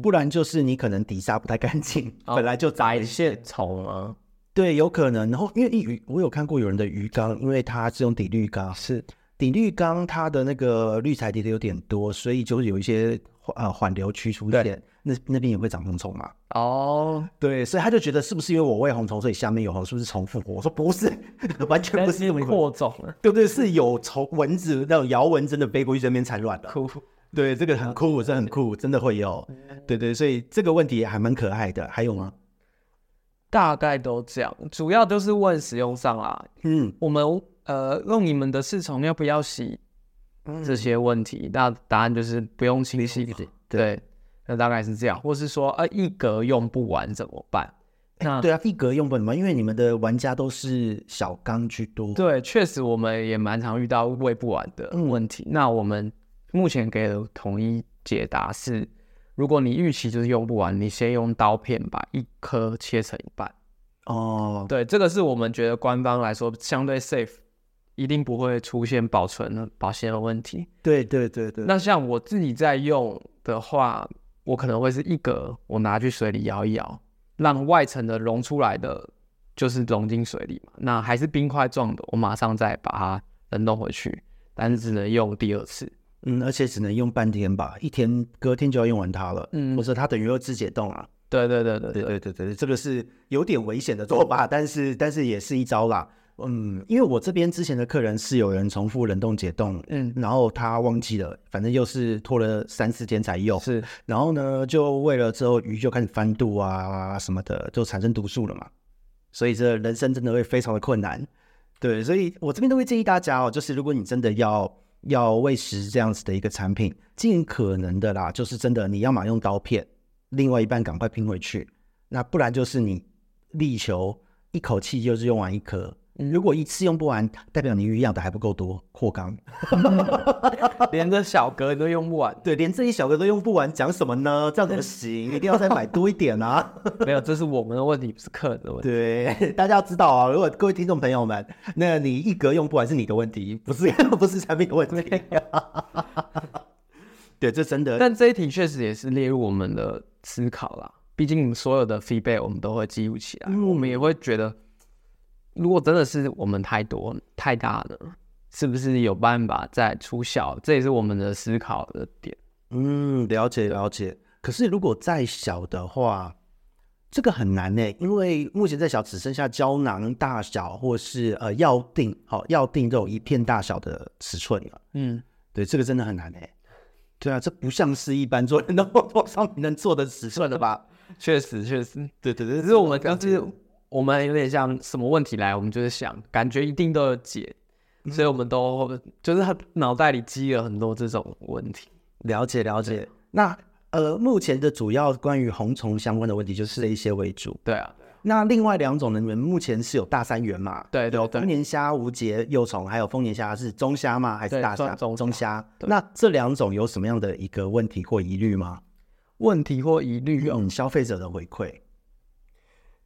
A: 不然就是你可能底下不太干净，
B: 嗯哦
A: 本来就长了一些
B: 线 虫啊，
A: 对，有可能。然后因为鱼，我有看过有人的鱼缸，因为它是用底滤缸，
B: 是
A: 底滤缸它的那个滤材叠的有点多，所以就是有一些呃缓流区出现，那那边也会长红虫嘛。
B: 哦，
A: 对，所以他就觉得是不是因为我喂红虫，所以下面有红，是不是重复活？我说不是， 完全
B: 但
A: 不是
B: 是
A: 这么一回事。
B: 扩种了，
A: 对不对？是有虫蚊子那种摇蚊针的飞过去这边产卵的。
B: 哭。
A: 对，这个很酷，这很酷，真的会有。
B: 嗯
A: 对对，所以这个问题还蛮可爱的。还有吗？
B: 大概都这样，主要就是问使用上啦。
A: 嗯，
B: 我们呃，用你们的试虫要不要洗
A: 嗯
B: 这些问题，那答案就是不用清洗。
A: 对
B: 对，那大概是这样，或是说呃一格用不完怎么办？那
A: 对啊，一格用不完，因为你们的玩家都是小缸居多。
B: 对，确实我们也蛮常遇到喂不完的问题。那我们目前给的统一解答是，如果你预期就是用不完，你先用刀片把一颗切成一半。
A: 哦，
B: 对，这个是我们觉得官方来说相对 safe，一定不会出现保存保鲜的问题。
A: 对对对对，
B: 那像我自己在用的话，我可能会是一格，我拿去水里摇一摇，让外层的溶出来的就是溶进水里嘛。那还是冰块状的，我马上再把它冷冻回去，但是只能用第二次。
A: 嗯，而且只能用半天吧，一天隔天就要用完它了，
B: 嗯
A: 或者它等于又自解冻啊。
B: 对对对对对
A: 对对对对，这个是有点危险的做法，但是但是也是一招啦。嗯，因为我这边之前的客人是有人重复冷冻解冻，
B: 嗯，
A: 然后他忘记了，反正又是拖了三四天才用，
B: 是
A: 然后呢，就为了之后鱼就开始翻肚啊什么的，就产生毒素了嘛。所以这人生真的会非常的困难。对，所以我这边都会建议大家哦，就是如果你真的要要喂食这样子的一个产品，尽可能的啦，就是真的你要么用刀片，另外一半赶快拼回去，那不然就是你力求一口气就是用完一颗，如果一次用不完，代表你鱼养的还不够多，扩缸。
B: 连着小格都用不完。
A: 对，连这一小个都用不完，讲什么呢？这样怎么行？一定要再买多一点啊！
B: 没有，这是我们的问题，不是客人的问题。
A: 对， 大家要知道啊，如果各位听众朋友们，那你一格用不完是你的问题，不是 不是产品的问题。 对，这真的，
B: 但这一题确实也是列入我们的思考啦。毕竟我们所有的 feedback 我们都会记录起来，我
A: 嗯
B: 们也会觉得，如果真的是我们太多太大了，是不是有办法再出小？这也是我们的思考的点。
A: 嗯，了解了解。可是如果再小的话，这个很难呢、欸因为目前再小只剩下胶囊大小或是呃药锭，好、药锭这种一片大小的尺寸了。
B: 嗯，
A: 对，这个真的很难哎、对啊，这不像是一般做 人的多少你能做的尺寸了吧？
B: 确实确实，
A: 对对对，
B: 只是我们就是我们有点像什么问题来，我们就是想，感觉一定都有解，
A: 嗯
B: 所以我们都就是他脑袋里积了很多这种问题。
A: 了解了解。那呃，目前的主要关于红虫相关的问题就是这一些为主。
B: 对啊，
A: 那另外两种呢，你们目前是有大三元嘛？
B: 对对
A: 有
B: 对
A: 丰年虾、无节幼虫，还有丰年虾是中虾吗？还是
B: 对
A: 大虾？
B: 中中
A: 中虾。
B: 对
A: 那这两种有什么样的一个问题或疑虑吗？
B: 问题或疑虑哦，
A: 嗯，消费者的回馈。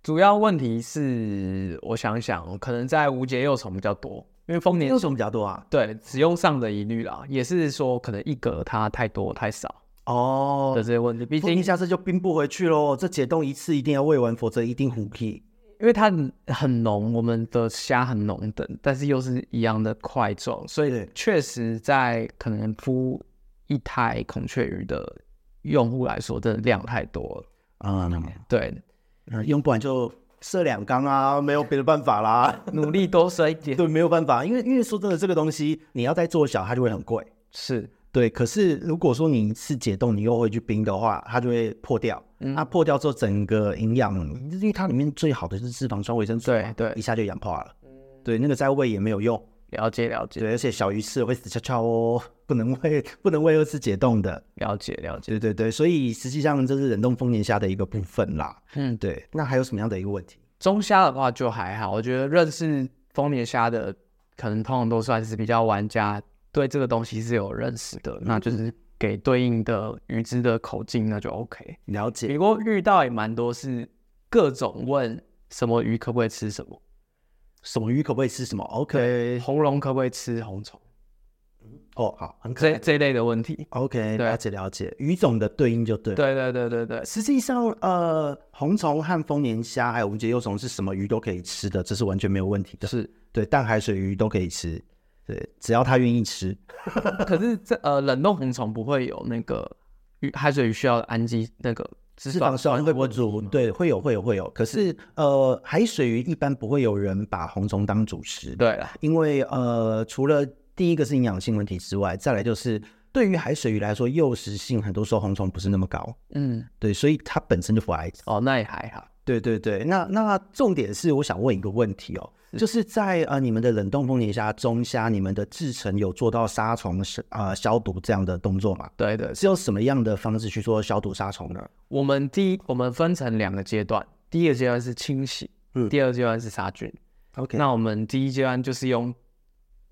B: 主要问题是，我想想，可能在无节幼虫比较多，因为丰年
A: 幼虫比较多啊？
B: 对使用上的疑虑啦，也是说可能一格它太多太少
A: 哦
B: 的，这些问题。毕
A: 毕
B: 竟
A: 竟下次就冰不回去喽。这解冻一次一定要喂完，否则一定虎皮。
B: 因为它很很浓，我们的虾很浓等，但是又是一样的块状，所以
A: 对
B: 确实在可能孵一台孔雀鱼的用户来说，真的量太多了。
A: 啊、
B: 对，
A: 嗯，用不完就射两缸啊，没有别的办法啦。
B: 努力多生一点
A: 对，没有办法，因为因为说真的，这个东西你要再做小，它就会很贵。
B: 是
A: 对，可是如果说你一次解冻，你又回去冰的话，它就会破掉。
B: 嗯
A: 那、破掉之后，整个营养，因为它里面最好的是脂肪酸、维生素嘛，
B: 对对嗯
A: 一下就氧化了。对，那个再喂也没有用。
B: 了解了解
A: 对，而且小鱼吃了会死翘翘哦，不能喂，不能喂二次解冻的。
B: 了解了解。
A: 对对对，所以实际上这是冷冻丰年虾的一个部分啦。
B: 嗯，
A: 对，那还有什么样的一个问题？
B: 中虾的话就还好，我觉得认识丰年虾的，可能通常都算是比较玩家，对这个东西是有认识的，那就是给对应的鱼汁的口径，那就 OK。
A: 了解，
B: 不过遇到也蛮多是各种问什么鱼可不可以吃什么，
A: 什么鱼可不可以吃什么？OK，
B: 红龙可不可以吃红虫，
A: 哦，好，很可
B: 这
A: 爱。
B: 这一类的问题。
A: OK，
B: 对
A: 了解了解，鱼种的对应就对了。
B: 对对对对对，
A: 实际上，呃，红虫和丰年虾哎还有无节幼虫是什么鱼都可以吃的，这是完全没有问题的。
B: 是。
A: 对，淡海水鱼都可以吃，对，只要它愿意吃。
B: 可是这呃冷冻红虫不会有那个鱼海水鱼需要氨基那个脂
A: 脂肪酸会不足，对，会有会有会有。可是，呃，海水鱼一般不会有人把红虫当主食，
B: 对啦，
A: 因为呃，除了第一个是营养性问题之外，再来就是对于海水鱼来说，诱食性很多时候红虫不是那么高，
B: 嗯，
A: 对，所以它本身就不爱吃。
B: 哦那也还好。
A: 对对对，那那重点是，我想问一个问题哦，就是在呃你们的冷冻凤梨虾、中虾，你们的制成有做到杀虫是呃消毒这样的动作吗？
B: 对对
A: 是用什么样的方式去做消毒杀虫呢？
B: 我们第一，我们分成两个阶段，第一个阶段是清洗，
A: 嗯
B: 第二个阶段是杀菌。
A: OK
B: 那我们第一阶段就是用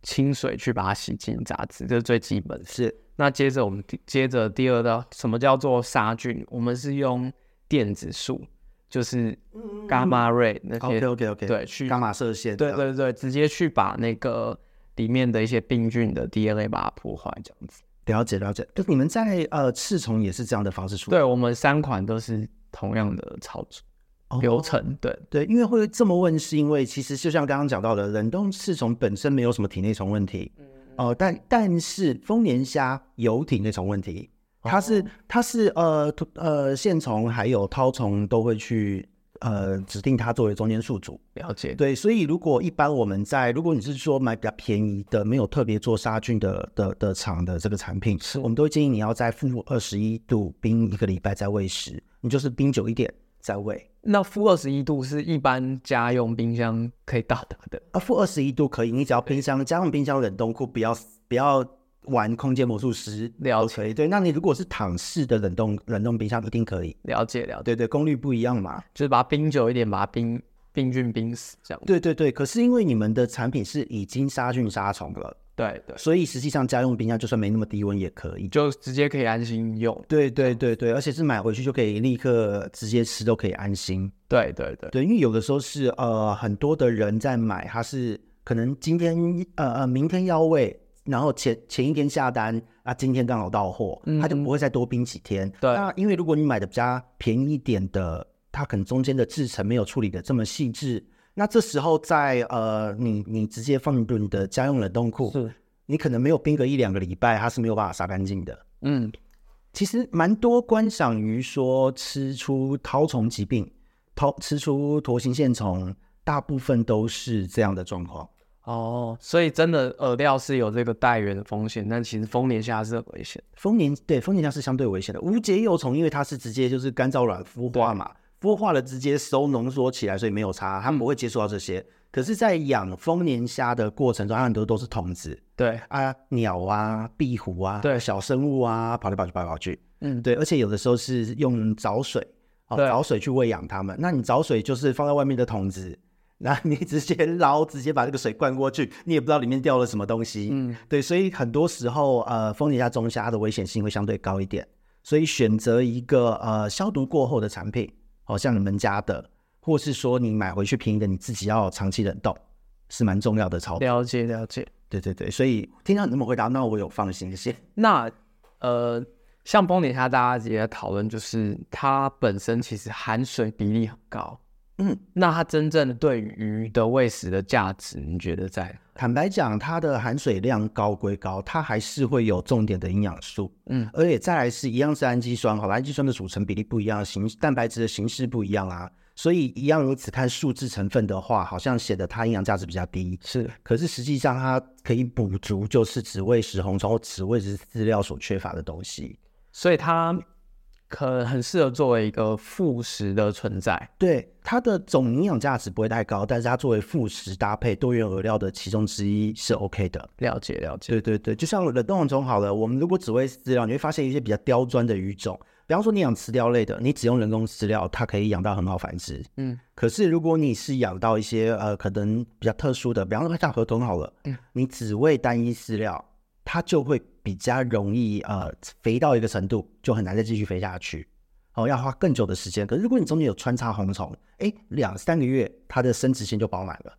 B: 清水去把它洗净杂质，这是最基本的。
A: 是
B: 那接着我们第接着第二道，什么叫做杀菌？我们是用电子束，就是
A: 嗯
B: 伽马 ray 那些
A: OK OK OK，
B: 对，去
A: 伽马射线，
B: 对，对对，直接去把那个里面的一些病菌的 DNA 把它破坏，这样子。
A: 了解了解。就你们在呃刺虫也是这样的方式处理？
B: 对我们三款都是同样的操作、
A: 哦
B: 流程，对。
A: 对，因为会这么问，是因为其实就像刚刚讲到的，冷冻刺虫本身没有什么体内虫问题，哦、但但是丰年虾有体内虫问题，它是、它是呃突呃线虫还有绦虫都会去呃指定它作为中间宿主，
B: 了解，
A: 对，所以如果一般我们在如果你是说买比较便宜的，没有特别做杀菌的的的厂的这个产品，
B: 是
A: 我们都会建议你要在负二十一度冰一个礼拜再喂食，你就是冰久一点再喂。
B: 那负二十一度是一般家用冰箱可以到达的。
A: 啊，负二十一度可以，你只要冰箱加上冰箱冷冻库，不要不要玩空间魔术师，
B: 了
A: 都可以。对，那你如果是躺式的冷冻冷冻冰箱，一定可以。
B: 了解了解，
A: 对对，功率不一样嘛。
B: 就是把它冰久一点，把它冰病菌病死这样。
A: 对对对，可是因为你们的产品是已经杀菌杀虫了，
B: 对对，
A: 所以实际上家用冰箱就算没那么低温也可以。
B: 就直接可以安心用。
A: 对对对对，而且是买回去就可以立刻直接吃，都可以安心。
B: 对对对，
A: 对，因为有的时候是呃很多的人在买，他是可能今天呃呃明天要喂，然后前前一天下单，啊今天刚好到货，他就不会再多冰几天。
B: 嗯对
A: 那因为如果你买的比较便宜一点的，它可能中间的制成没有处理的这么细致，那这时候在呃你你直接放入你的家用冷冻库，
B: 是，
A: 你可能没有冰个一两个礼拜，它是没有办法杀干净的。
B: 嗯，
A: 其实蛮多观赏鱼说吃出绦虫疾病，绦吃出驼形线虫，大部分都是这样的状况。
B: 哦，所以真的饵料是有这个带源的风险，但其实丰年虾是很危险。
A: 丰年对丰年虾是相对危险的，无节幼虫因为它是直接就是干燥卵孵化嘛，孵化了直接收浓缩起来，所以没有差，它们不会接触到这些。可是，在养丰年虾的过程中，它很多都是童子
B: 对，
A: 啊、鸟啊、壁虎啊、
B: 对
A: 小生物啊，跑来跑去，跑来跑去。
B: 嗯，
A: 对，而且有的时候是用藻水，哦，
B: 对
A: 藻水去喂养它们。那你藻水就是放在外面的桶子，那你 直接捞，直接把这个水灌过去，你也不知道里面掉了什么东西。
B: 嗯，
A: 对，所以很多时候，呃，风险下中虾的危险性会相对高一点，所以选择一个呃消毒过后的产品，哦，像你们家的，或是说你买回去便宜的，你自己要长期冷冻，是蛮重要的操作。
B: 了解了解。
A: 对对对，所以听到你这么回答，那我有放心一些。
B: 那呃，像丰年虾，大家也在讨论，就是它本身其实含水比例很高。
A: 嗯，
B: 那它真正对鱼的喂食的价值，你觉得在？
A: 坦白讲，它的含水量高归高，它还是会有重点的营养素，
B: 嗯，
A: 而且再来是一样是氨基酸，好了，氨基酸的组成比例不一样，形蛋白质的形式不一样啊，所以一样如此看数字成分的话，好像显得它营养价值比较低，
B: 是
A: 可是实际上它可以补足就是只喂食红虫或只喂食饲料所缺乏的东西。
B: 所以它可很适合作为一个副食的存在。
A: 对它的总营养价值不会太高，但是它作为副食搭配多元饵料的其中之一是 OK 的。
B: 了解了解，
A: 对对对，就像冷冻红虫好了，我们如果只喂饲料，你会发现一些比较刁钻的鱼种，比方说你养饲料类的，你只用人工饲料，它可以养到很好繁殖。
B: 嗯，
A: 可是如果你是养到一些呃可能比较特殊的，比方说像河豚好了，
B: 嗯，
A: 你只喂单一饲料，它就会比较容易呃肥到一个程度，就很难再继续肥下去。哦，要花更久的时间。可是如果你中间有穿插红虫，哎，两三个月它的生殖腺就饱满了。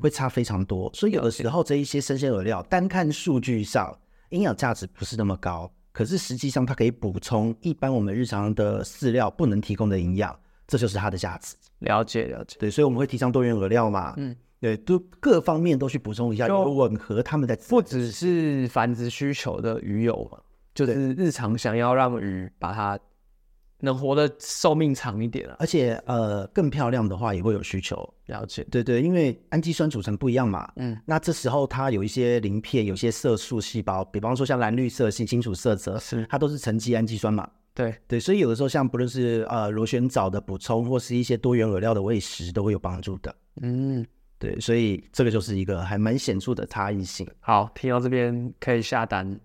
A: 会差非常多。所以有的时候这一些生鲜饵料，单看数据上营养价值不是那么高，可是实际上它可以补充一般我们日常的饲料不能提供的营养，这就是它的价值。
B: 了解了解。
A: 对，所以我们会提倡多元饵料嘛，
B: 嗯，
A: 对，都各方面都去补充一下，
B: 就
A: 有吻合他们在
B: 不只是繁殖需求的鱼友嘛，就是日常想要让鱼把它能活的寿命长一点啊。
A: 而且呃更漂亮的话也会有需求。
B: 了解，
A: 对对，因为氨基酸组成不一样嘛，
B: 嗯，
A: 那这时候它有一些鳞片，有一些色素细胞，比方说像蓝绿色系、金属色泽，
B: 是
A: 它都是沉积氨基酸嘛，
B: 对，
A: 对，所以有的时候像不论是呃螺旋藻的补充，或是一些多元饵料的喂食，都会有帮助的。
B: 嗯，
A: 对，所以这个就是一个还蛮显著的差异性。
B: 好，听到这边可以下单。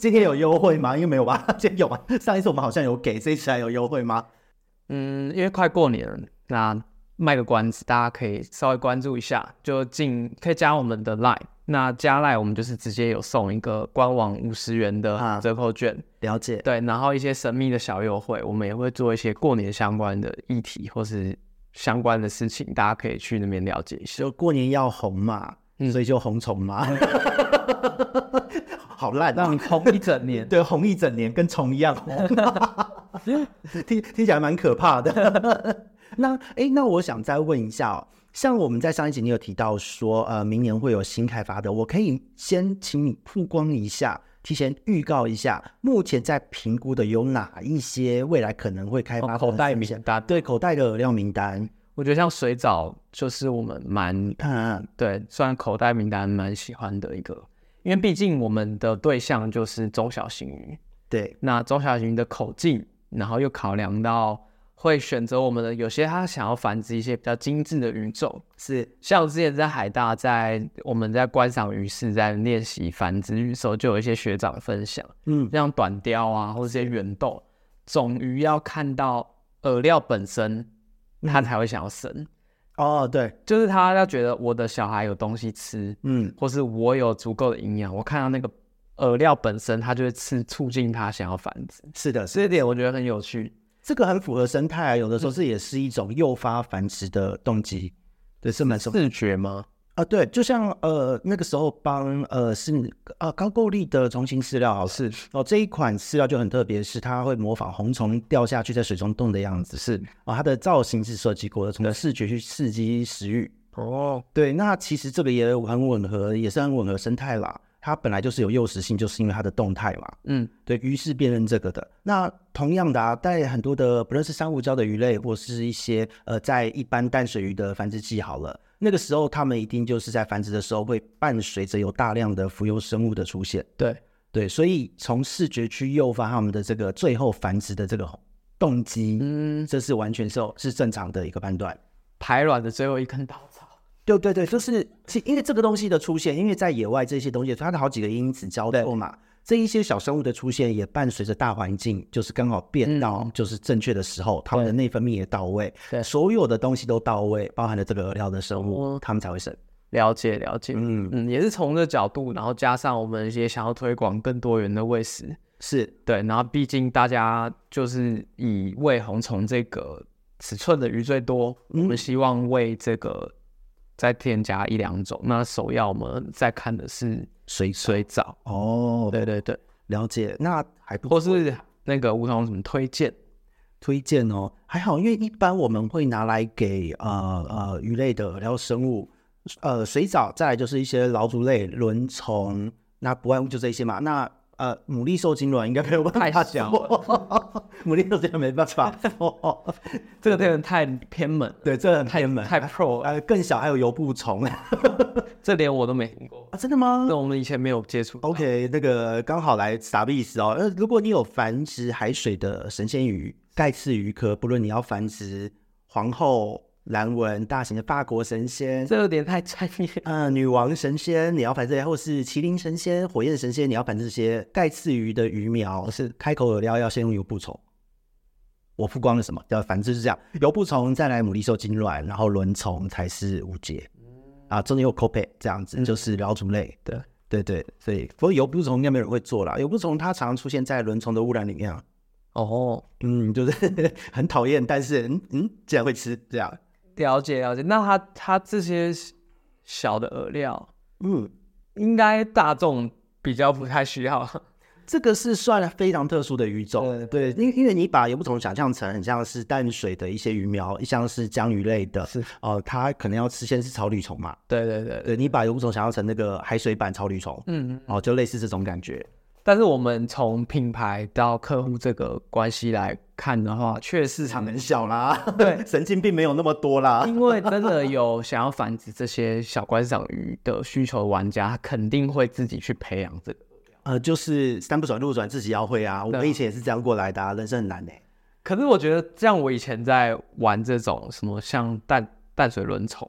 A: 今天有优惠吗？因为没有吧，今天有吗？上一次我们好像有给，这一次还有优惠吗？
B: 嗯，因为快过年了，那卖个关子，大家可以稍微关注一下，就进可以加我们的 Line。那加 Line 我们就是直接有送一个官网五十元
A: 啊
B: 的折扣券，
A: 了解，
B: 对，然后一些神秘的小优惠，我们也会做一些过年相关的议题或是相关的事情，大家可以去那边了解一下。
A: 就过年要红嘛，
B: 嗯
A: 所以就红虫嘛，好烂
B: 让
A: 啊！
B: 你红一整年，
A: 对，红一整年跟虫一样红，听听起来蛮可怕的。 那哎，那我想再问一下哦，像我们在上一集你有提到说，呃，明年会有新开发的，我可以先请你曝光一下，提前预告一下，目前在评估的有哪一些未来可能会开发、
B: 哦口袋名 单
A: 对口袋的饵料名单，
B: 我觉得像水藻就是我们蛮
A: 嗯，
B: 对，算口袋名单蛮喜欢的一个，因为毕竟我们的对象就是中小型鱼，
A: 对，
B: 那中小型鱼的口径，然后又考量到会选择我们的有些它想要繁殖一些比较精致的鱼种，
A: 是
B: 像之前在海大在我们在观赏鱼市在练习繁殖鱼的时候，就有一些学长分享，
A: 嗯
B: 像短鲷啊，或者一些圆豆种鱼要看到饵料本身，他才会想要生。
A: 哦，对，
B: 就是他要觉得我的小孩有东西吃，
A: 嗯，
B: 或是我有足够的营养，我看到那个饵料本身，它就会刺促进它想要繁殖。
A: 是的，是
B: 这一点我觉得很有趣。
A: 这个很符合生态啊，有的
B: 嗯
A: 时候这也是一种诱发繁殖的动机，对，是蛮什么
B: 视觉吗？
A: 啊？对，就像呃那个时候帮呃是啊、高够力的重新饲料好了
B: 是
A: 哦这一款饲料就很特别，是它会模仿红虫掉下去在水中动的样子，
B: 是
A: 哦，它的造型是设计过的，从视觉去刺激食欲。
B: 哦，
A: 对，那其实这个也很吻合，也是很吻合生态啦。它本来就是有诱食性，就是因为它的动态嘛。
B: 嗯，
A: 对于是辨认这个的。那同样的啊，在很多的不论是珊瑚礁的鱼类，或是一些呃在一般淡水鱼的繁殖季好了，那个时候它们一定就是在繁殖的时候会伴随着有大量的浮游生物的出现。
B: 对，
A: 对，所以从视觉去诱发它们的这个最后繁殖的这个动机，
B: 嗯，
A: 这是完全是是正常的一个判断。
B: 排卵的最后一根稻草。
A: 对对对，就是其因为这个东西的出现，因为在野外这些东西，它的好几个因子交错嘛，这一些小生物的出现也伴随着大环境，就是刚好
B: 嗯
A: 变到就是正确的时候，它们的内分泌也到位，
B: 对
A: 所有的东西都到位，包含了这个饵料的生物，
B: 哦
A: 它们才会生。
B: 了解了解，
A: 嗯，
B: 嗯，也是从这角度，然后加上我们也想要推广更多元的喂食，
A: 是
B: 对，然后毕竟大家就是以喂红虫这个尺寸的鱼最多，我们希望喂这个再添加一两种。那首要我们在看的是
A: 水水
B: 水藻，
A: 哦，
B: 对对对，
A: 了解，那还不
B: 或是那个梧桐什么推荐，
A: 推荐哦，还好，因为一般我们会拿来给呃呃鱼类的饵料生物，呃水藻，再来就是一些老鼠类、轮虫，那不外乎就这些嘛。那呃牡蛎受精卵应该没有办法
B: 太小
A: 做， 牡蛎受精卵没办法做。
B: 这个真的太偏门了，
A: 对，这很
B: 太
A: 偏门，
B: 太 pro 了，
A: 呃更小还有油布虫 啊，
B: 这连我都没听过，
A: 真的吗
B: 那我们以前没有接触到。
A: ？OK，那个刚好来傻逼思哦。呃，如果你有繁殖海水的神仙鱼、盖刺鱼科，不论你要繁殖皇后、蓝纹、大型的法国神仙，
B: 这有点太专业了，
A: 呃，女王神仙你要繁殖，或是麒麟神仙、火焰神仙，你要繁殖这些带刺鱼的鱼苗，是开口饵料要先用油布虫。我曝光了什么？叫繁殖是这样，油布虫再来牡蛎受精卵，然后轮虫才是无节。啊，中间有 c o p e 这样子，就是老鼠类。
B: 对
A: 对对，所以不过油布虫应该没有人会做啦。油布虫它常常出现在轮虫的污染里面啊。
B: 哦，
A: 嗯，就是 很讨厌，但是嗯嗯，竟然会吃这样。
B: 了解了解。那它它这些小的饵料，
A: 嗯，
B: 应该大众比较不太需要。
A: 这个是算非常特殊的鱼种，对，因为因为你把油不虫想象成很像是淡水的一些鱼苗，像是江鱼类的，
B: 是
A: 哦、它可能要吃先是草履虫嘛，
B: 对对对对，
A: 对，你把油不虫想象成那个海水版草履虫，
B: 嗯。
A: 哦，就类似这种感觉，
B: 但是我们从品牌到客户这个关系来看的话，确市场
A: 很小啦，
B: 对
A: 神经并没有那么多啦，
B: 因为真的有想要繁殖这些小观赏鱼的需求的玩家，他肯定会自己去培养这个。
A: 呃，就是三不转路转自己要会啊，我
B: 对啊
A: 们以前也是这样过来的、啊，人生很难呢、
B: 可是我觉得，像我以前在玩这种什么像淡淡水轮虫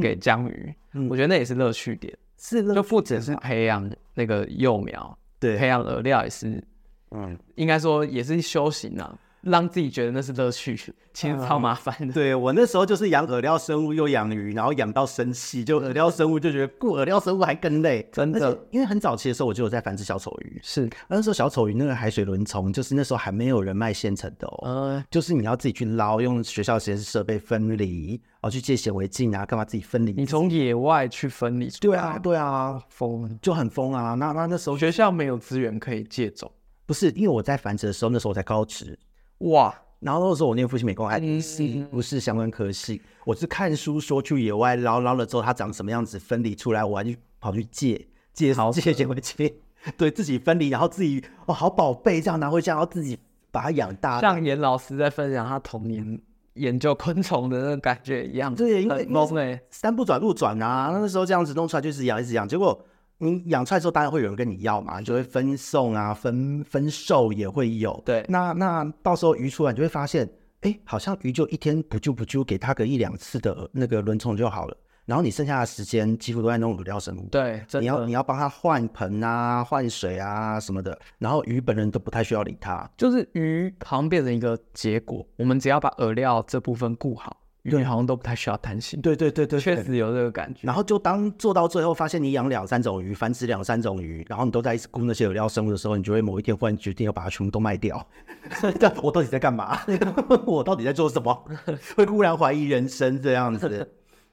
B: 给江鱼，
A: 嗯
B: 我觉得那也是乐趣点，
A: 是
B: 就不只是培养那个幼苗，培
A: 对，
B: 养饵料也是
A: 嗯，
B: 应该说也是修行啊，让自己觉得那是乐趣，其实
A: 嗯
B: 超麻烦 的。
A: 对我那时候就是养饵料生物又养鱼，然后养到生气，就饵 料生物就觉得顾饵料生物还更累，
B: 真的
A: 而且因为很早期的时候我就有在繁殖小丑鱼，
B: 是，
A: 那时候小丑鱼那个海水轮虫，就是那时候还没有人卖现成的哦。
B: 呃，
A: 就是你要自己去捞，用学校实验室设备分离，哦，去借显微镜啊，干嘛自己分离？
B: 你从野外去分离出
A: 对
B: 来
A: 啊，，对啊，
B: 疯了。
A: 就很疯啊。那那那时候
B: 学校没有资源可以借走，
A: 不是，因为我在繁殖的时候，那时候我才高职，
B: 哇，
A: 然后那时候我念复兴美工，还哎
B: 嗯
A: 不是相关科系，我是看书说去野外捞捞了之后它长什么样子，分离出来，我还去跑去借借借显微镜， 对自己分离，然后自己哦好宝贝这样拿回家，然后自己把它养大。
B: 像严老师在分享他童年研究昆虫的那个感觉一样，
A: 对因为
B: 很懵哎、
A: 三不转路转啊，那时候这样子弄出来就是养一直养，结果你养出来之后，当然会有人跟你要嘛，你就会分送啊，分分售也会有。
B: 对
A: 那那到时候鱼出来，你就会发现，哎，好像鱼就一天补救补救，给它个一两次的那个轮虫就好了，然后你剩下的时间几乎都在弄饵料生物。
B: 对，真
A: 你要
B: 的
A: 你要帮它换盆啊、换水啊什么的，然后鱼本人都不太需要理它。
B: 就是鱼好像变成一个结果，我们只要把饵料这部分顾好，鱼好像都不太需要担心。
A: 对对对对，
B: 确实有这个感觉。
A: 然后就当做到最后，发现你养两三种鱼，繁殖两三种鱼，然后你都在一直顾那些有料生物的时候，你就会某一天忽然决定要把它全部都卖掉。 我到底在干嘛？ 我到底在做什么？ 会忽然怀疑人生这样子。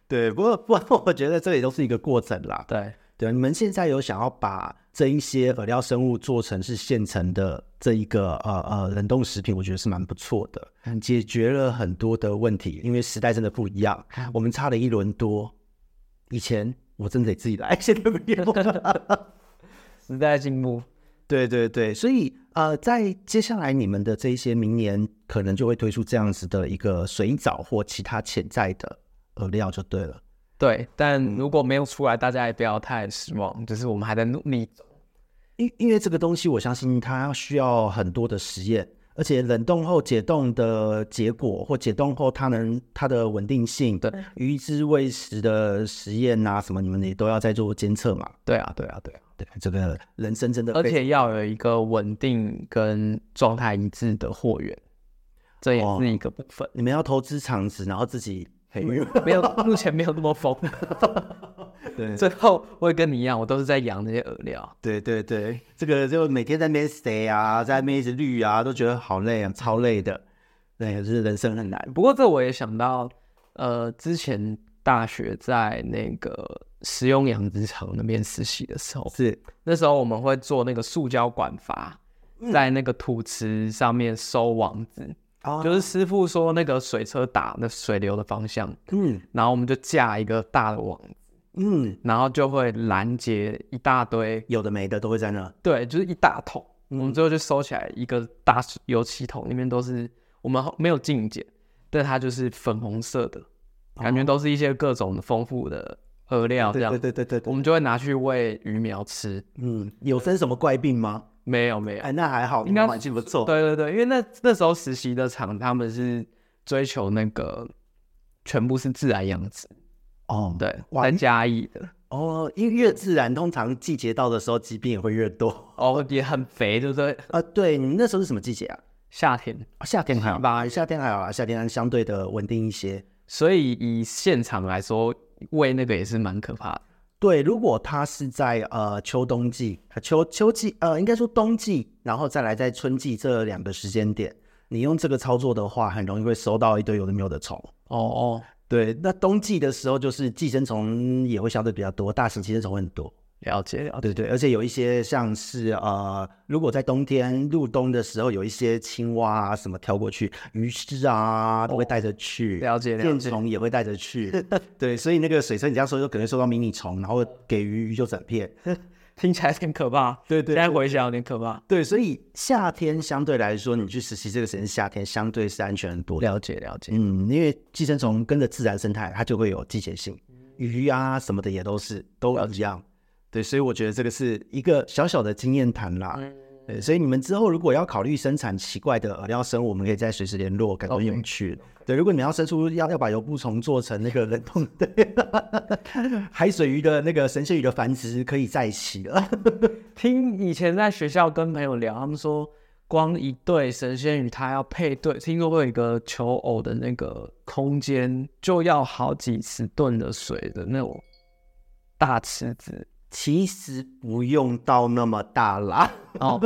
A: 对，不过不过我觉得这也都是一个过程啦。
B: 对，
A: 对，你们现在有想要把这一些饵料生物做成是现成的这一个呃呃冷冻食品，我觉得是蛮不错的，嗯解决了很多的问题。因为时代真的不一样，我们差了一轮多。以前我真的得自己来， 现在不用了。
B: 时代进步。
A: 对对对，所以呃，在接下来你们的这一些明年可能就会推出这样子的一个水藻或其他潜在的饵料就对了。
B: 对，但
A: 嗯
B: 如果没有出来，大家也不要太失望，就是我们还在努力。
A: 因因为这个东西，我相信它需要很多的实验，而且冷冻后解冻的结果或解冻后它能它的稳定性
B: 对
A: 鱼之喂食的实验啊什么，你们也都要再做监测嘛。
B: 对啊，对啊，对啊，
A: 对，这个人生真的
B: 而
A: 非
B: 且要有一个稳定跟状态一致的货源，这
A: 哦
B: 也是一个部分。
A: 你们要投资厂子，然后自 己培育。
B: 没有，目前没有那么疯。
A: 对
B: 最后我也跟你一样，我都是在养这些饵料。
A: 对对对，这个就每天在那边塞啊，在那边一直绿啊，都觉得好累啊，超累的。对，可是人生很难。
B: 不过这我也想到，呃，之前大学在那个食用养殖场那边实习的时候，
A: 是，
B: 那时候我们会做那个塑胶管筏，在那个土池上面收网子，
A: 哦
B: 就是师傅说那个水车打那水流的方向，
A: 嗯
B: 然后我们就架一个大的网，
A: 嗯，
B: 然后就会拦截一大堆，
A: 有的没的都会在那。
B: 对，就是一大桶，
A: 嗯
B: 我们最后就收起来一个大油漆桶，里面都是我们没有净检，但它就是粉红色的，感觉都是一些各种丰富的饵料这
A: 哦对
B: 样，
A: 对对对对
B: 我
A: 对，
B: 们就会拿去喂鱼苗吃。
A: 嗯，有生什么怪病吗？
B: 没有没有，
A: 哎，那还好，
B: 应该
A: 环境不错。
B: 对对对，因为那那时候实习的厂，他们是追求那个全部是自然养殖，
A: 哦，
B: 对，
A: 哇
B: 在嘉义的，
A: 哦，因为越自然，通常季节到的时候，疾病也会越 多。
B: 哦，也很肥，对不对？
A: 啊，对你那时候是什么季节啊？
B: 夏天，
A: 啊夏天还好
B: 是
A: 吧，夏天还好啊，夏天相对的稳定一些。
B: 所以以现场来说，喂那个也是蛮可怕的。
A: 对，如果它是在呃秋冬季、呃秋秋季，呃，应该说冬季，然后再来在春季这两个时间点，你用这个操作的话，很容易会收到一堆有的没有的虫。
B: 哦哦，
A: 对，那冬季的时候，就是寄生虫也会相对比较多，大型寄生虫会很多。
B: 了解了解，
A: 对对，而且有一些像是呃，如果在冬天入冬的时候，有一些青蛙啊什么跳过去，鱼虱啊都会带着去，
B: 哦了解了
A: 电
B: 解
A: 虫也会带着 去，对，所以那个水生你这样说就可能受到迷你虫，然后给鱼鱼就整 片，
B: 听起来挺可怕。
A: 对对
B: 现在回想有点可怕。
A: 对，所以夏天相对来说，你去实习这个时间，夏天相对是安全很多的。
B: 了解了解，
A: 嗯，因为寄生虫跟着自然生态，它就会有季节性，鱼啊什么的也都是都一样。对，所以我觉得这个是一个小小的经验谈
B: 嗯
A: 啦。对，所以你们之后如果要考虑生产奇怪的饵料生物，我们可以再随时联络，感觉很
B: OK
A: 有趣。对，如果你们要生出要要把油布虫做成那个冷冻的 海水鱼的那个神仙鱼的繁殖，可以在一起了。
B: 听以前在学校跟朋友聊，他们说光一对神仙鱼，它要配对，听说会有一个求偶的那个空间，就要好几十吨的水的那种大池 子。
A: 其实不用到那么大啦，
B: 哦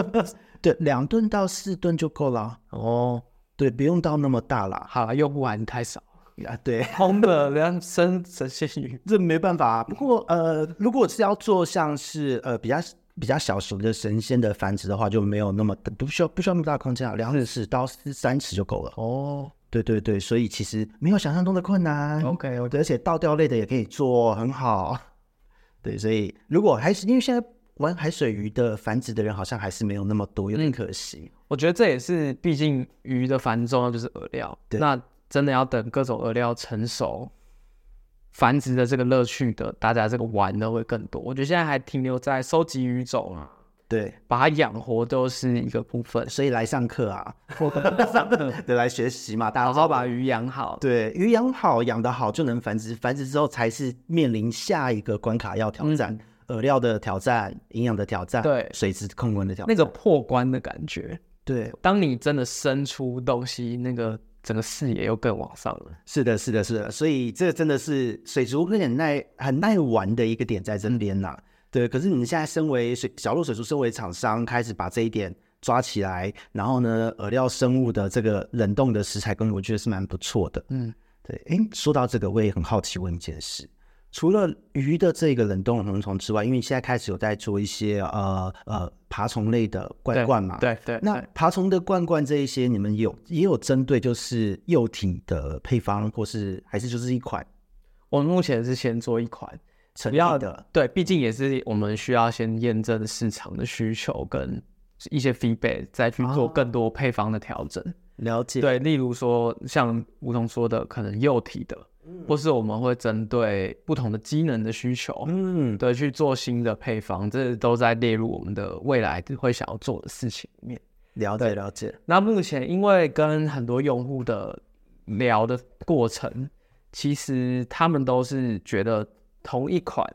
A: 对，两吨到四吨就够了。
B: 哦，
A: 对，不用到那么大啦。
B: 好了，用不完太少，
A: 啊，对，
B: 空的人家生神仙鱼。
A: 这没办法、啊。不过呃，如果是要做像是呃比较比较小型的神仙的繁殖的话，就没有那么不需要不需要那么大的空间啊，两尺到三尺就够了。
B: 哦
A: 对对对，所以其实没有想象中的困难。
B: ，OK，我
A: 而且倒吊类的也可以做很好。对，所以如果还是因为现在玩海水鱼的繁殖的人好像还是没有那么多，有
B: 嗯
A: 点可惜。
B: 我觉得这也是，毕竟鱼的繁殖重要就是饵料，
A: 对
B: 那真的要等各种饵料成熟，繁殖的这个乐趣的，大家这个玩的会更多。我觉得现在还停留在收集鱼种啊，
A: 对，
B: 把它养活都是一个部分，
A: 所以来上课 啊，
B: 上课
A: 对，来学习嘛，大家
B: 好好把鱼养好。
A: 对，鱼养好，养得好就能繁殖，繁殖之后才是面临下一个关卡要挑战，饵料的挑战、营养的挑战、
B: 嗯对
A: 水质控管的挑
B: 那
A: 战。
B: 个破关的感觉，
A: 对
B: 当你真的生出东西，那个整个视野又更往上了。
A: 是的，是的，是的，所以这真的是水族会很耐很耐玩的一个点在这
B: 嗯
A: 边啦、对，可是你们现在身为水角落水族，身为厂商，开始把这一点抓起来，然后呢，饵料生物的这个冷冻的食材供应，我觉得是蛮不错的。
B: 嗯，
A: 对。诶，说到这个，我也很好奇问一件事。除了鱼的这个冷冻红虫之外，因为现在开始有在做一些呃呃爬虫类的罐
B: 对
A: 罐嘛，
B: 对对，
A: 那
B: 对
A: 爬虫的罐罐这一些，你们有也有针对就是幼体的配方，或是还是就是一款
B: 我们目前是先做一款，
A: 成
B: 要
A: 药的，
B: 对，毕竟也是我们需要先验证市场的需求跟一些 feedback，再去做更多配方的调整。
A: 了解，
B: 对，例如说像梧桐说的，可能幼体的，或是我们会针对不同的机能的需求，
A: 嗯，
B: 对，去做新的配方，这都在列入我们的未来会想要做的事情里面。
A: 了解了解，
B: 那目前因为跟很多用户的聊的过程，其实他们都是觉得同一款，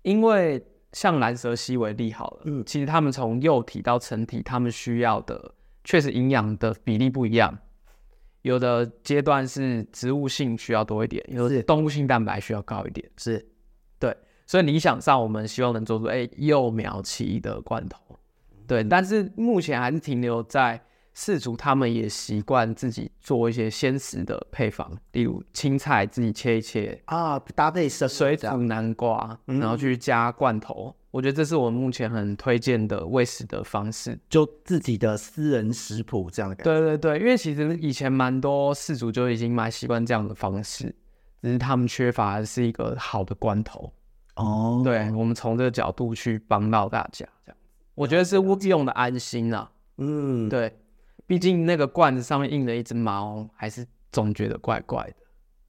B: 因为像蓝蛇蜥为例好了，
A: 嗯
B: 其实他们从幼体到成体，他们需要的确实营养的比例不一样。有的阶段是植物性需要多一点，有
A: 是
B: 的动物性蛋白需要高一点，
A: 是
B: 所以理想上我们希望能做出哎、幼苗期的罐头，对，但是目前还是停留在饲主他们也习惯自己做一些鲜食的配方，例如青菜自己切一切，
A: 啊，搭配生
B: 水
A: 长
B: 煮南瓜，然后去加罐头。我觉得这是我目前很推荐的喂食的方式。
A: 就自己的私人食谱这样的感觉，
B: 对对对，因为其实以前蛮多饲主就已经蛮习惯这样的方式，只是他们缺乏的是一个好的罐头。
A: 哦，
B: 对，我们从这个角度去帮到大家，这样我觉得是用的安心啦。
A: 嗯，
B: 对，毕竟那个罐子上面印了一只猫，还是总觉得怪怪的。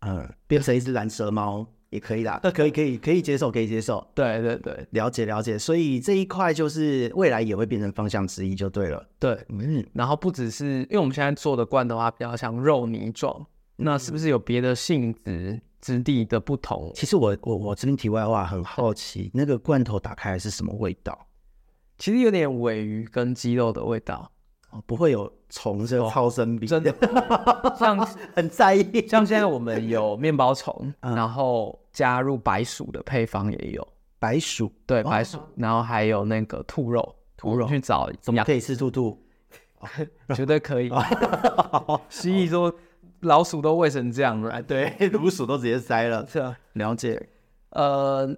A: 嗯，变成一只蓝蛇猫也可以啦，那可以可以可以接受，可以接受，
B: 对对对
A: 了解了解，所以这一块就是未来也会变成方向之一就对了，
B: 对，
A: 嗯，
B: 然后不只是因为我们现在做的罐头，它比较像肉泥状，那是不是有别的性质质地的不同？
A: 其实我我我这边题外话很好奇，那个罐头打开来是什么味道？
B: 其实有点尾鱼跟鸡肉的味道，
A: 哦，不会有虫这个超生病，
B: 真的像
A: 很在意。
B: 像现在我们有面包虫，然后加入白薯的配方也有。
A: 白鼠
B: 对，白薯，然后还有那个兔肉，哦兔肉去找怎么
A: 可以吃兔兔，
B: 绝对可 以。蜥蜴说老鼠都喂成这样了，
A: 对，乳鼠都直接塞了。
B: 是啊，
A: 了解，
B: 呃，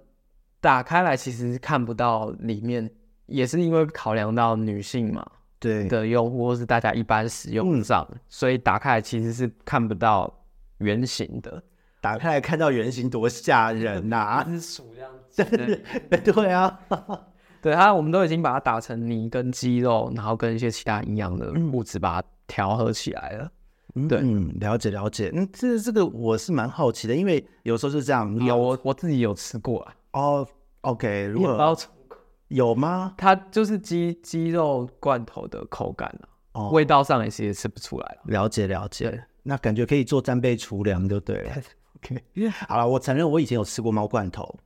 B: 打开来其实看不到里面，也是因为考量到女性嘛
A: 对，
B: 的用户或是大家一般使用上，所以打开来其实是看不到原型的，
A: 打开来看到原型多吓人 呐、
B: 啊
A: 啊
B: 是鼠这样子。
A: 对啊，
B: 对它，我们都已经把它打成泥跟鸡肉，然后跟一些其他营养的物质把它调和起来了。对
A: 嗯，了解了解。嗯，这这个我是蛮好奇的，因为有时候是这样，
B: 有
A: 有
B: 我我自己有吃过啊，
A: 哦，OK，如
B: 面
A: 果
B: 包虫
A: 有吗？
B: 它就是鸡鸡肉罐头的口感啊，
A: 哦
B: 味道上也其实吃不出来了。
A: 了解了解
B: 对，
A: 那感觉可以做战备厨粮就对了。OK，好了，我承认我以前有吃过猫罐头，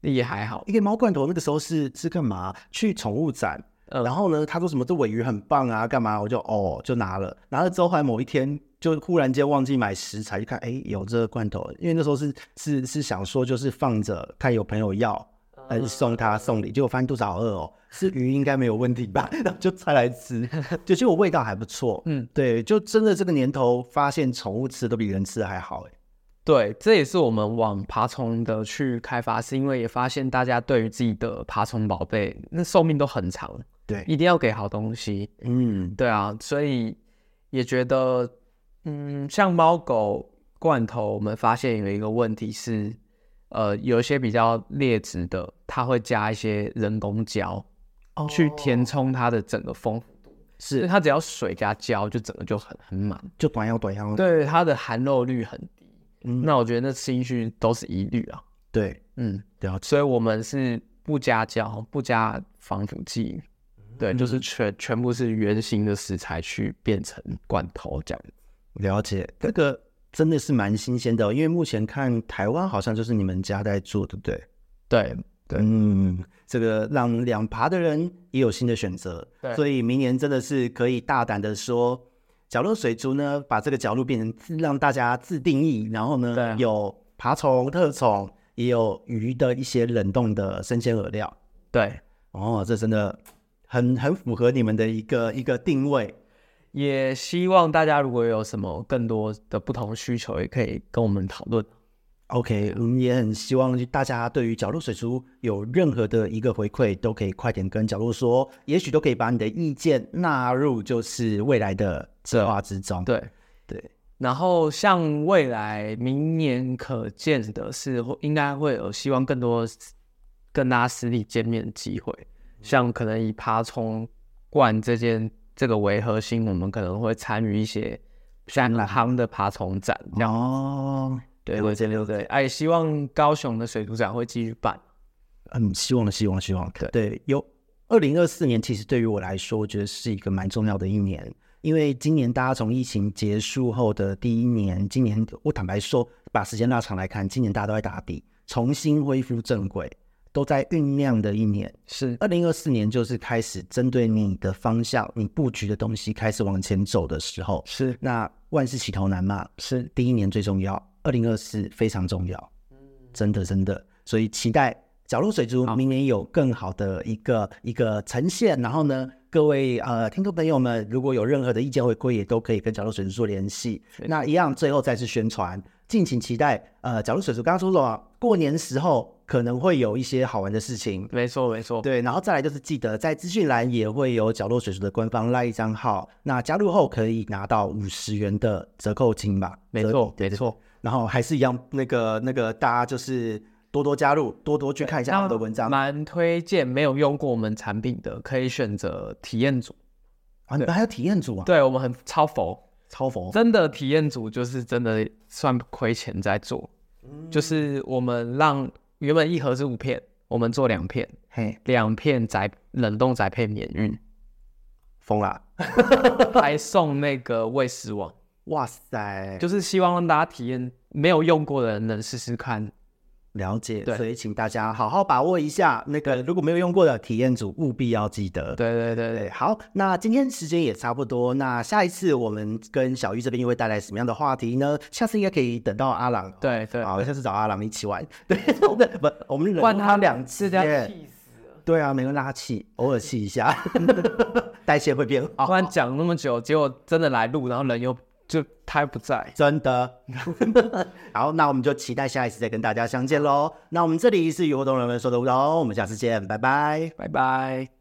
B: 也还好，
A: 一个猫罐头那个时候是是干嘛？去宠物展，
B: 嗯
A: 然后呢，他说什么这尾鱼很棒啊，干嘛？我就哦就拿了，拿了之后，后来某一天就忽然间忘记买食材，就看哎有这个罐头，因为那时候是是是想说就是放着看有朋友要。呃，
B: 嗯
A: 送他送礼，结果发现肚子好饿哦，是鱼应该没有问题吧？ 然后就拆来吃，就结果味道还不错。
B: 嗯，
A: 对，就真的这个年头，发现宠物吃都比人吃还好哎。
B: 对，这也是我们往爬虫的去开发，是因为也发现大家对于自己的爬虫宝贝那寿命都很长，
A: 对，
B: 一定要给好东西。
A: 嗯，
B: 对啊，所以也觉得，嗯，像猫狗罐头，我们发现有一个问题是，呃，有一些比较劣质的，它会加一些人工胶去填充它的整个丰富度，所以
A: 哦是嗯
B: 它只要水加胶，就整个就很很满。
A: 就短腰短腰。
B: 对，它的含肉率很低。
A: 嗯
B: 那我觉得那心绪都是疑虑啊。
A: 对，
B: 嗯，
A: 了解。
B: 所以我们是不加胶、不加防腐剂，对，就是全全部是原型的食材去变成罐头这样。
A: 了解，这个真的是蛮新鲜的哦、因为目前看台湾好像就是你们家在做，对不对？
B: 对，对
A: 嗯，这个让两爬的人也有新的选择，
B: 对
A: 所以明年真的是可以大胆的说，角落水族呢，把这个角落变成自让大家自定义，然后呢，
B: 对啊
A: 有爬虫、特宠，也有鱼的一些冷冻的生鲜饵料。
B: 对，
A: 哦，这真的很很符合你们的一个一个定位。
B: 也希望大家如果有什么更多的不同需求，也可以跟我们讨论。
A: OK，我们也很希望大家对于角落水族有任何的一个回馈，都可以快点跟角落说，也许都可以把你的意见纳入就是未来的策划之中。
B: 对
A: 对，
B: 然后像未来明年可见的是，会应该会有希望更多跟大家实体见面的机会，像可能以爬虫罐这件这个为核心，我们可能会参与一些像夯的爬虫展这样。
A: 哦，
B: 对
A: 了
B: 对
A: 解
B: 对对，哎，希望高雄的水族展会继续办。
A: 嗯，希望，希望，希望。
B: 对
A: 对，有二零二四年，其实对于我来说，我觉得是一个蛮重要的一年，因为今年大家从疫情结束后的第一年，今年我坦白说，把时间拉长来看，今年大家都在打底，重新恢复正轨，都在酝酿的一年。
B: 是
A: 二零二四年就是开始针对你的方向、你布局的东西开始往前走的时候。
B: 是
A: 那万事起头难嘛，
B: 是，
A: 第一年最重要，二零二四非常重要，真的真的，所以期待角落水族明年有更好的一个一个呈现。然后呢，各位呃听众朋友们，如果有任何的意见回馈，也都可以跟角落水族做联系。那一样，最后再次宣传，敬请期待。呃，角落水族刚刚说了，过年时候可能会有一些好玩的事情，
B: 没错没错。
A: 对，然后再来就是记得在资讯栏也会有角落水族的官方赖一张号，那加入后可以拿到五十元的折扣金吧？
B: 没
A: 折
B: 错
A: 对
B: 没错。
A: 然后还是一样，那个那个大家就是多多加入，多多去看一下他们的文章。
B: 蛮推荐没有用过我们产品的，可以选择体验组。
A: 啊，你们还有体验组啊？，
B: 对我们很超佛，
A: 超佛。
B: 真的体验组就是真的算亏钱在做，
A: 嗯
B: 就是我们让原本一盒是五片，我们做两片，
A: 嘿，
B: 两片宅冷冻宅配免 运，
A: 疯啦！
B: 还送那个喂食网，
A: 哇塞，就
B: 就是希望让大家体验没有用过的人能试试看。
A: 了解，
B: 对
A: 所以请大家好好把握一下那个，如果没有用过的体验组，务必要记得。
B: 对对对
A: 对，
B: 对，
A: 好，那今天时间也差不多，那下一次我们跟小玉这边又会带来什么样的话题呢？下次应该可以等到阿朗，
B: 对对，
A: 好，下次找阿朗一起玩，对，我们不，我们忍
B: 灌
A: 住
B: 他
A: 两
B: 次
A: 次
B: 这样气死了，
A: 对啊，没有拉气，偶尔气一 下，代谢会变好，
B: 不然讲那么久，结果真的来录，然后人又就他又不在。
A: 真的。 好，那我们就期待下一次再哦跟大家相见喽。那我们这里是与活动人们说的舞蹈，我们下次见，拜拜。
B: 拜拜。